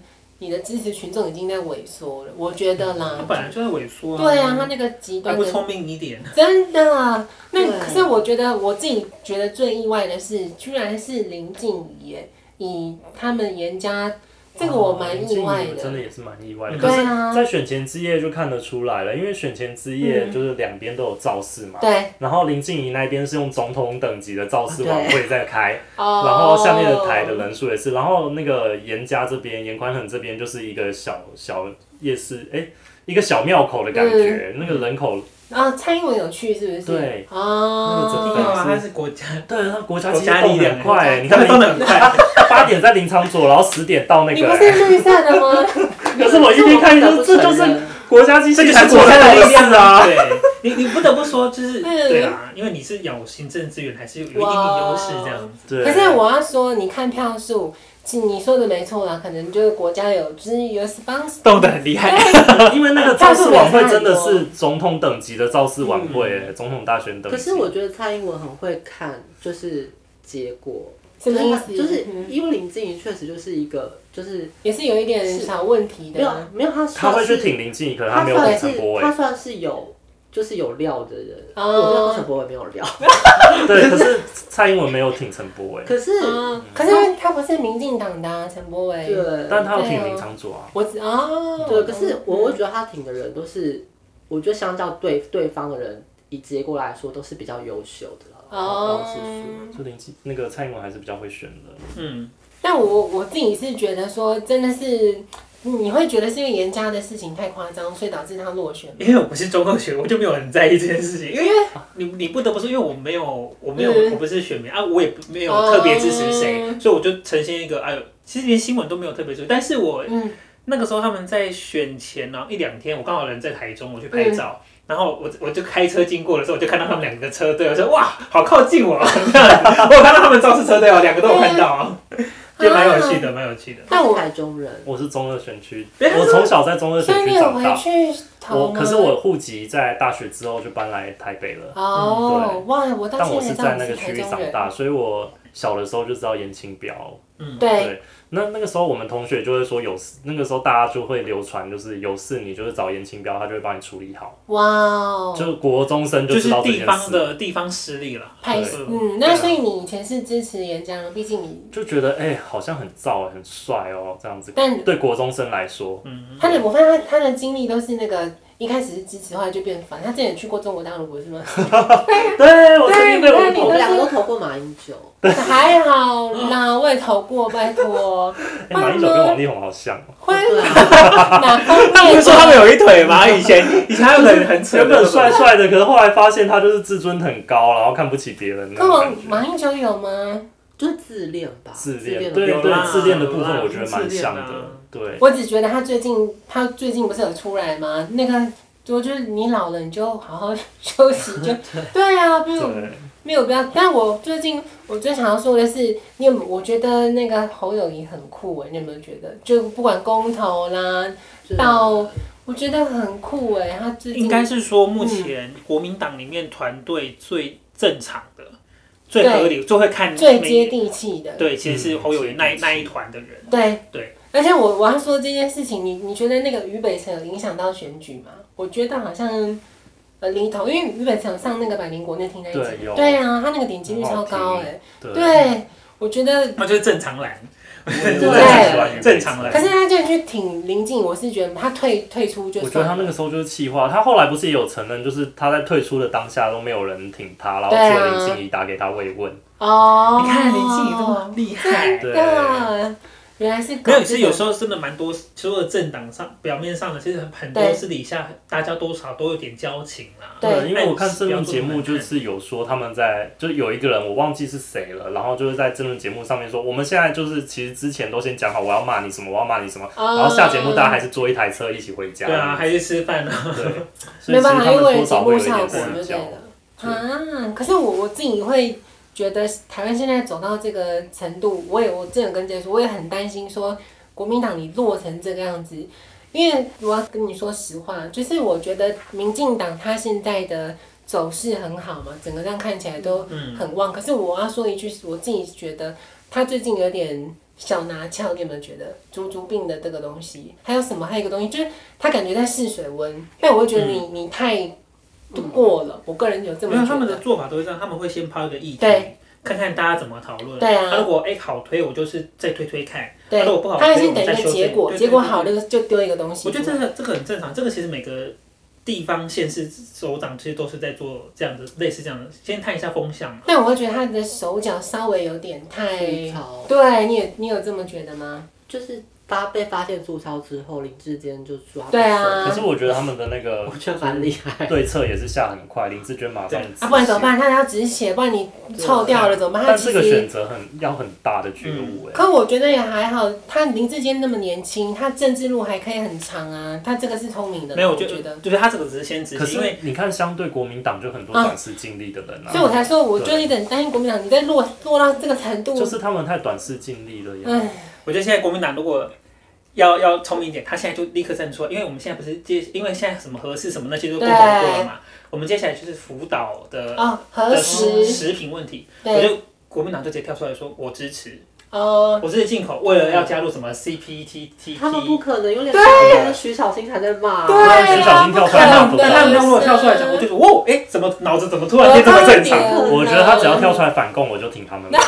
Speaker 1: 你的支持群众已经在萎缩了，我觉得
Speaker 2: 他
Speaker 4: 嗯
Speaker 1: 啦。
Speaker 2: 本来就在萎缩啊。
Speaker 1: 对啊，他那个极
Speaker 2: 还
Speaker 1: 端
Speaker 4: 哎
Speaker 2: 不
Speaker 1: 的
Speaker 2: 聪明一点，
Speaker 1: 真的，啊那
Speaker 3: 对
Speaker 1: 可是我觉得我自己觉得最意外的是，居然是林静怡耶，以他们严家 这个我蛮意外
Speaker 4: 哦林静怡我真
Speaker 1: 的。
Speaker 4: 的也是蛮意外的。可
Speaker 1: 对
Speaker 4: 是，
Speaker 1: 啊，
Speaker 4: 在选前之夜就看得出来了，因为选前之夜
Speaker 1: 嗯
Speaker 4: 就是两边都有造势嘛。
Speaker 1: 对，
Speaker 4: 然后林静怡那边是用总统等级的造势
Speaker 3: 啊对
Speaker 4: 晚会在开，
Speaker 1: 哦。
Speaker 4: 然后下面的台的人数也是，然后那个严家这边，严宽恒这边就是一个小小夜市，哎，一个小庙口的感
Speaker 1: 嗯
Speaker 4: 觉，那个人口
Speaker 2: 嗯
Speaker 1: 啊，蔡英文有去是不是？
Speaker 4: 对
Speaker 1: 哦，
Speaker 4: 那个
Speaker 2: 听
Speaker 4: 真
Speaker 2: 到
Speaker 4: 的
Speaker 2: 吗？啊它是国家，
Speaker 4: 对，他国家
Speaker 2: 国
Speaker 4: 其实
Speaker 2: 家
Speaker 4: 动
Speaker 2: 力
Speaker 4: 得
Speaker 2: 量
Speaker 4: 很快，你
Speaker 2: 它
Speaker 4: 看
Speaker 2: 动得很快，
Speaker 4: 八点在林场左，然后十点到那
Speaker 1: 你
Speaker 4: 个
Speaker 1: 不
Speaker 4: 欸，
Speaker 1: 是绿色的吗？
Speaker 4: 可是我一边看就是这就是国家机器，
Speaker 2: 这就是
Speaker 4: 国
Speaker 2: 国家
Speaker 4: 的
Speaker 2: 的力量
Speaker 4: 事啊。
Speaker 2: 对你，你不得不说，就是
Speaker 1: 嗯
Speaker 2: 对啊，因为你是有行政资源，还是有一定的优势这
Speaker 1: 哦
Speaker 2: 样子。
Speaker 4: 对，
Speaker 1: 可是我要说，你看票数，其你说的没错啦，可能就是国家有就是有 sponsor，
Speaker 2: 动得很厉害，
Speaker 4: 因为那个造势晚会真的是总统等级的造势晚会、总统大选等级。
Speaker 3: 可是我觉得蔡英文很会看，就是结果，
Speaker 1: 什么意
Speaker 3: 就
Speaker 1: 思？
Speaker 3: 是就是
Speaker 1: 嗯
Speaker 3: 因为林静怡确实就是一个，就是
Speaker 1: 也是有一点小问题
Speaker 3: 没有啊
Speaker 1: 的。
Speaker 3: 没有他
Speaker 4: 他
Speaker 3: 算
Speaker 4: 会去
Speaker 3: 是
Speaker 4: 挺林静怡，可能他
Speaker 3: 他
Speaker 4: 没有欸挺
Speaker 3: 算
Speaker 4: 陈
Speaker 3: 是
Speaker 4: 柏
Speaker 3: 他
Speaker 4: 伟。
Speaker 3: 算是有就是有料的人，
Speaker 1: 哦
Speaker 3: 我没有说陈柏伟没有料，
Speaker 4: 对，可是蔡英文没有挺陈柏伟，
Speaker 3: 可是
Speaker 1: 嗯，可是他不是民进党的啊陈柏
Speaker 3: 对
Speaker 1: 伟，
Speaker 4: 但他有挺林长佐啊。
Speaker 1: 我只哦，
Speaker 3: 对，可是我会觉得他挺的人都是，我觉得相较对对方的人，以结果来说都是比较优秀的啦。
Speaker 1: 哦
Speaker 3: 老实说，
Speaker 4: 就林静那个蔡英文还是比较会选的，
Speaker 2: 嗯，
Speaker 1: 但我我自己是觉得说，真的是嗯你会觉得是因为严家的事情太夸张，所以导致他落选。
Speaker 2: 因为我不是中共学，我就没有很在意这件事情。因为你你不得不说，因为我没有我没有、
Speaker 1: 嗯
Speaker 2: 我不是选民啊，我也不没有特别支持谁，
Speaker 1: 嗯
Speaker 2: 所以我就呈现一个哎呦，其实连新闻都没有特别注意。但是我
Speaker 1: 嗯，
Speaker 2: 那个时候他们在选前然后一两天，我刚好人在台中，我去拍照。
Speaker 1: 嗯
Speaker 2: 然后我我就开车经过的时候，我就看到他们两个的车队，我 说哇，好靠近我，啊这样子我有看到他们肇事车队哦，两个都有看到哦，
Speaker 1: 嗯
Speaker 2: 就蛮有趣的，蛮有趣的。
Speaker 1: 但
Speaker 3: 但
Speaker 1: 我
Speaker 3: 我台中人，
Speaker 4: 我是中二选区，
Speaker 2: 别说
Speaker 4: 我从小在中二
Speaker 1: 所
Speaker 4: 选
Speaker 1: 以
Speaker 4: 区
Speaker 1: 你有
Speaker 4: 长
Speaker 1: 回
Speaker 4: 大。
Speaker 1: 去投啊
Speaker 4: 我
Speaker 1: 吗？
Speaker 4: 可是我户籍在大学之后就搬来台北了，嗯
Speaker 1: 哦，哇，我到
Speaker 4: 但我
Speaker 1: 现
Speaker 4: 是
Speaker 1: 在
Speaker 4: 在
Speaker 1: 才知
Speaker 4: 那个
Speaker 1: 道
Speaker 4: 区
Speaker 1: 台
Speaker 4: 域
Speaker 1: 中
Speaker 4: 长
Speaker 1: 人。
Speaker 4: 大，所以我小的时候就知道严清标。
Speaker 1: 对，
Speaker 4: 那那个时候我们同学就会说有事，那个时候大家就会流传，就是有事你就是找严清标，他就会帮你处理好。
Speaker 1: 哇哦，
Speaker 4: 就国中生就
Speaker 2: 就是
Speaker 4: 知道这
Speaker 2: 地
Speaker 4: 件
Speaker 2: 方
Speaker 4: 事，
Speaker 2: 的地方势力了，
Speaker 1: 拍
Speaker 4: 对
Speaker 1: 死
Speaker 2: 嗯
Speaker 1: 嗯，那所以你以前是支持岩浆的，毕竟你，
Speaker 4: 就觉得哎、好像很燥、很帅哦，这样子。
Speaker 1: 但
Speaker 4: 对国中生来说，
Speaker 1: 他
Speaker 4: 嗯
Speaker 1: 的我发现他他的经历都是那个一开始是支持，后来就变反。他之前也去过中国大陆，不是吗？
Speaker 4: 对我曾经对
Speaker 1: 对
Speaker 4: 我
Speaker 1: 你
Speaker 3: 我
Speaker 4: 同
Speaker 1: 都
Speaker 3: 们
Speaker 1: 是
Speaker 3: 两个都投过马英九，
Speaker 1: 还好啦，我也投过，拜托。
Speaker 4: 哎、马英九跟王力宏好像哦，
Speaker 1: 会
Speaker 3: 对啊，
Speaker 1: 哪方
Speaker 2: 他
Speaker 1: 面
Speaker 2: 们
Speaker 1: 的？
Speaker 2: 说他们有一腿吗？以前以前他们很扯的，
Speaker 4: 原本帅帅的，可是后来发现他就是自尊很高，然后看不起别人那
Speaker 1: 跟
Speaker 4: 种
Speaker 1: 王
Speaker 4: 感觉。
Speaker 1: 哦马英九有吗？
Speaker 3: 就是自恋吧，
Speaker 4: 自
Speaker 3: 恋
Speaker 4: 恋，
Speaker 3: 的
Speaker 4: 对
Speaker 3: 部
Speaker 2: 有
Speaker 3: 分
Speaker 2: 啦
Speaker 4: 对，自恋的部
Speaker 2: 有啦
Speaker 4: 分我觉得蛮像
Speaker 2: 自恋啊
Speaker 4: 的，对。
Speaker 1: 我只觉得他最近他最近不是有出来吗？那个。我就是你老了，你就好好 休息， 就对啊，不用
Speaker 4: 对，
Speaker 1: 没有必要。但我最近我最想要说的是，你有我觉得那个侯友谊很酷哎，你有没有觉得？就不管公投啦，
Speaker 3: 就是
Speaker 1: 到我觉得很酷哎。他最近
Speaker 2: 应该是说目前国民党里面团队最正常的、最合理、最会看
Speaker 1: 最
Speaker 2: 每
Speaker 1: 接地气的，
Speaker 2: 对，其实是侯友宜那一
Speaker 4: 嗯
Speaker 2: 那一团的人。
Speaker 1: 对
Speaker 2: 对。
Speaker 1: 而且我我要说这件事情，你你觉得那个俞北辰有影响到选举吗？我觉得好像呃零头，因为俞北辰上那个百灵国内听那一集
Speaker 4: 对，有
Speaker 1: 对啊，他那个点击率超高哎，
Speaker 4: 对
Speaker 1: 对，我觉得。
Speaker 2: 那就是正常蓝，
Speaker 1: 对
Speaker 2: 正常蓝
Speaker 1: 可是他这样去挺林静，我是觉得他退退出就
Speaker 4: 我觉得
Speaker 1: 算
Speaker 4: 他
Speaker 1: 了
Speaker 4: 那。个时候就是气话，他后来不是也有承认，就是他在退出的当下都没有人挺他，然后
Speaker 1: 对
Speaker 4: 只
Speaker 1: 啊
Speaker 4: 有林静怡打给他慰问。
Speaker 1: 哦，
Speaker 2: 你看林静怡这么厉害。
Speaker 1: 真的，哦原来是
Speaker 2: 没
Speaker 1: 搞
Speaker 2: 有，
Speaker 1: 这种
Speaker 2: 其实有时候真的蛮多，所有的政党上表面上的，其实很多
Speaker 1: 对
Speaker 2: 私底下大家多少都有点交情啦。
Speaker 1: 对
Speaker 4: 因为我看
Speaker 2: 但
Speaker 4: 争论
Speaker 2: 哎不要
Speaker 4: 节
Speaker 2: 这么
Speaker 4: 目
Speaker 2: 难看
Speaker 4: 就是有说他们在，就是有一个人我忘记是谁了，然后就是在争论节目上面说，我们现在就是其实之前都先讲好我要骂你什么，我要骂你什么，
Speaker 1: 哦
Speaker 4: 然后下节目大家还是坐一台车一起回家。
Speaker 2: 对啊，还去吃饭啊。
Speaker 4: 对， 所
Speaker 1: 没
Speaker 4: 以其实
Speaker 1: 办
Speaker 4: 他
Speaker 1: 法，
Speaker 4: 们
Speaker 1: 因为节
Speaker 4: 多少
Speaker 1: 目
Speaker 4: 会有一
Speaker 1: 效
Speaker 4: 点
Speaker 1: 果就
Speaker 4: 私
Speaker 1: 对
Speaker 4: 交。
Speaker 1: 了啊。可是我我自己会觉得台湾现在走到这个程度，我也我之前跟杰说，我也很担心说国民党你落成这个样子。因为我要跟你说实话，就是我觉得民进党他现在的走势很好嘛，整个这样看起来都
Speaker 2: 嗯
Speaker 1: 很旺。可是我要说一句，我自己觉得他最近有点小拿翘，你有没有觉得猪猪病的这个东西？还有什么？还有一个东西就是他感觉在试水温，但我会觉得你、
Speaker 2: 嗯
Speaker 1: 你太过了，我个人有这
Speaker 2: 没有
Speaker 1: 么
Speaker 2: 他
Speaker 1: 觉
Speaker 2: 们的
Speaker 1: 得。
Speaker 2: 做法都是这样，他们会先抛一个议题
Speaker 1: 对，
Speaker 2: 看看大家怎么讨论。
Speaker 1: 对啊
Speaker 2: 那如果哎好推，我就是再推推看。
Speaker 1: 对
Speaker 2: 那如果不，好
Speaker 1: 他会
Speaker 2: 推
Speaker 1: 先
Speaker 2: 我们
Speaker 1: 等一个
Speaker 2: 再修正
Speaker 1: 结果，
Speaker 2: 对对
Speaker 1: 结果
Speaker 2: 对
Speaker 1: 好那个就丢一个东西
Speaker 2: 我
Speaker 1: 出
Speaker 2: 觉
Speaker 1: 来。
Speaker 2: 得这个这个很正常，这个其实每个地方县市首长其实都是在做这样子类似这样的，先探一下风向嘛。
Speaker 1: 但我会觉得他的手脚稍微有点太……
Speaker 3: 粗糙，
Speaker 1: 对，你也你有这么觉得吗？
Speaker 3: 就是发被发现粗糙之后，林志坚就抓不
Speaker 1: 对
Speaker 3: 住
Speaker 1: 啊
Speaker 4: 可是我觉得他们的那 个
Speaker 3: 我觉得蛮厉害。
Speaker 4: 对策也是下很快，林志娟马上
Speaker 2: 对
Speaker 1: 啊，不然怎么办？他要止血，不然你臭掉了怎么办？他
Speaker 4: 但
Speaker 1: 啊其
Speaker 4: 这个
Speaker 1: 实嗯
Speaker 4: 选，择很要很大的觉悟哎、
Speaker 1: 可我觉得也还好。他林志坚那么年轻，他政治路还可以很长啊。他这个是聪明的，
Speaker 2: 没有，我
Speaker 1: 我
Speaker 2: 觉
Speaker 1: 觉
Speaker 2: 得
Speaker 1: 得。
Speaker 2: 就是他这个只是先执
Speaker 4: 可
Speaker 2: 行，因为
Speaker 4: 是你看，相对国民党就很多短视近利的人啊，
Speaker 1: 所以我才说，我
Speaker 4: 对
Speaker 1: 就有点担心国民党，你再落落到这个程度，哎
Speaker 4: 就是他们太短视近利了呀。
Speaker 1: 唉，
Speaker 2: 我觉得现在国民党如果要要聪明一点，他现在就立刻站出来，因为我们现在不是接，因为现在什么合适什么那些都过
Speaker 1: 对
Speaker 2: 过了嘛，我们接下来就是辅导的呃
Speaker 1: 哦，核
Speaker 2: 的
Speaker 1: 实，
Speaker 2: 食品问题，我
Speaker 1: 对，
Speaker 2: 就国民党就直接跳出来说，我支持，
Speaker 1: 哦，
Speaker 2: 我支持进口，为了要加入什么 CPTTP，
Speaker 3: 他们不可能有两个人，徐小新还在骂，
Speaker 1: 对
Speaker 4: 那徐小
Speaker 1: 啊，
Speaker 4: 新
Speaker 1: 不
Speaker 4: 跳出
Speaker 1: 可
Speaker 4: 来
Speaker 2: 那
Speaker 1: 能
Speaker 4: 不
Speaker 1: 的，
Speaker 4: 可
Speaker 2: 那
Speaker 4: 能
Speaker 2: 他们如果跳出来讲，我就觉得，哇，哎，怎么脑子怎么突然变这么正常？
Speaker 3: 我
Speaker 4: 我觉得他只要跳出来反
Speaker 1: 嗯
Speaker 4: 共，我就挺他们的。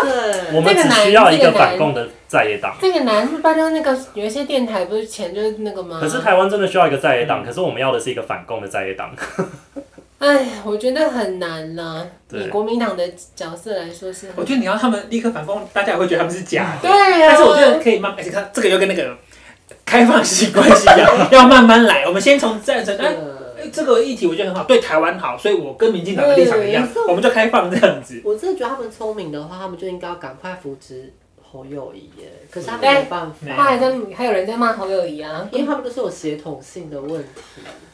Speaker 3: 对
Speaker 4: 我们只需要一个反共的在野党。
Speaker 1: 这个男，拜托那个有一些电台不是钱就是那个吗？
Speaker 4: 可是台湾真的需要一个在野
Speaker 1: 嗯
Speaker 4: 党，可是我们要的是一个反共的在野党。
Speaker 1: 哎，我觉得很难啦。
Speaker 4: 对
Speaker 1: 以国民党的角色来说是很，
Speaker 2: 我觉得你要他们立刻反攻，大家也会觉得他们是假的。
Speaker 1: 对啊。
Speaker 2: 但是我觉得可以慢慢，而且看这个又跟那个开放性关系一样， 要慢慢来。我们先从赞成，
Speaker 1: 嗯
Speaker 2: 哎、
Speaker 3: 对
Speaker 2: 哎这个议题我觉得很好，对台湾好，所以我跟民进党的立场一样
Speaker 3: 对没错，
Speaker 2: 我们就开放这样子。
Speaker 3: 我真的觉得他们聪明的话，他们就应该要赶快扶植侯友谊耶。
Speaker 1: 嗯
Speaker 3: 可是他们
Speaker 1: 哎
Speaker 3: 没办
Speaker 2: 没
Speaker 1: 他
Speaker 3: 法，
Speaker 1: 还在，还有人在骂侯友谊啊。
Speaker 3: 因为他们就是有协同性的问题，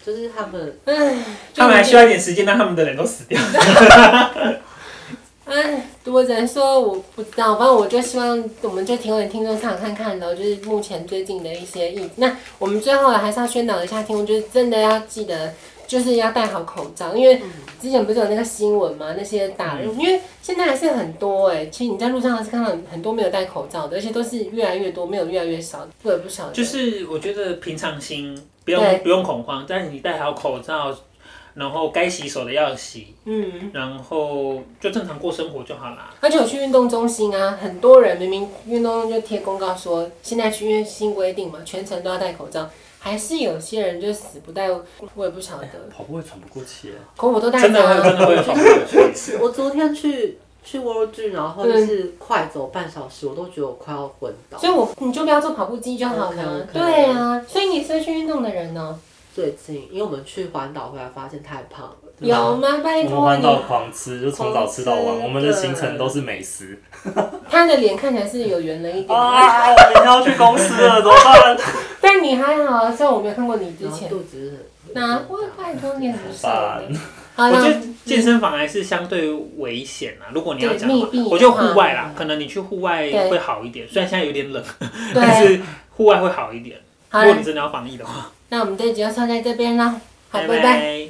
Speaker 3: 就是他们
Speaker 1: 哎，
Speaker 2: 他们还需要一点时间让他们的人都死掉。
Speaker 1: 哎，我只能说我不知道，反正我就希望我们就提供给听众上看看咯，就是目前最近的一些意。那我们最后还是要宣导一下听众，就是真的要记得，就是要戴好口罩，因为之前不是有那个新闻嘛，那些打人，因为现在还是很多哎、其实你在路上还是看到很多没有戴口罩的，而且都是越来越多，没有越来越少，不得不晓得。
Speaker 2: 就是我觉得平常心，不
Speaker 1: 对
Speaker 2: 用不用恐慌，但是你戴好口罩，然后该洗手的要洗，
Speaker 1: 嗯。
Speaker 2: 然后就正常过生活就好啦。
Speaker 1: 而且我去运动中心啊，很多人明明运动中心就贴公告说，现在去因为新规定嘛，全程都要戴口罩，还是有些人就死不戴，我也不 晓得。
Speaker 4: 跑步会喘不过气耶，
Speaker 1: 可我都戴
Speaker 2: 真的
Speaker 1: 着
Speaker 2: 会
Speaker 1: 啊，
Speaker 2: 真的会爽过去。
Speaker 3: 我昨天去去 World Dream，然后就是快走半小时，我都觉得我快要昏倒。
Speaker 1: 嗯所以我你就不要做跑步机就好
Speaker 2: 哦
Speaker 1: 了。
Speaker 3: OK，OK
Speaker 1: 对啊，所以你是会去运动的人哦、
Speaker 3: 最近，因为我们去环岛回来，发现太胖了。
Speaker 2: 嗯
Speaker 1: 有吗？拜
Speaker 4: 我们
Speaker 1: 托
Speaker 4: 弯
Speaker 1: 你，
Speaker 4: 道狂吃，就从早吃到晚，
Speaker 3: 狂吃
Speaker 4: 我们的行程都是美食。
Speaker 1: 他的脸看起来是有圆了一 点，
Speaker 4: 啊，我明天要去公司了，怎么办？
Speaker 1: 但你还好啊，虽然我没有看过你之
Speaker 3: 然后
Speaker 1: 前。
Speaker 3: 肚子很
Speaker 1: 哪会？拜托你很瘦
Speaker 4: 吧
Speaker 1: 的。好
Speaker 2: 我觉得
Speaker 1: 了，
Speaker 2: 健身房还是相对危险啊。如果你要
Speaker 1: 嗯
Speaker 2: 讲
Speaker 1: 对
Speaker 2: 的
Speaker 1: 密
Speaker 2: 话
Speaker 1: 闭嗯的，话
Speaker 2: 我觉得户外啦，可能你去户外会好一点。虽然现在有点冷，但
Speaker 1: 嗯对，
Speaker 2: 是户外会好一点。
Speaker 1: 好
Speaker 2: 如果
Speaker 1: 了
Speaker 2: 你，真的要防疫的话，
Speaker 1: 那我们这集就算在这边啦，好，拜拜。
Speaker 2: 拜。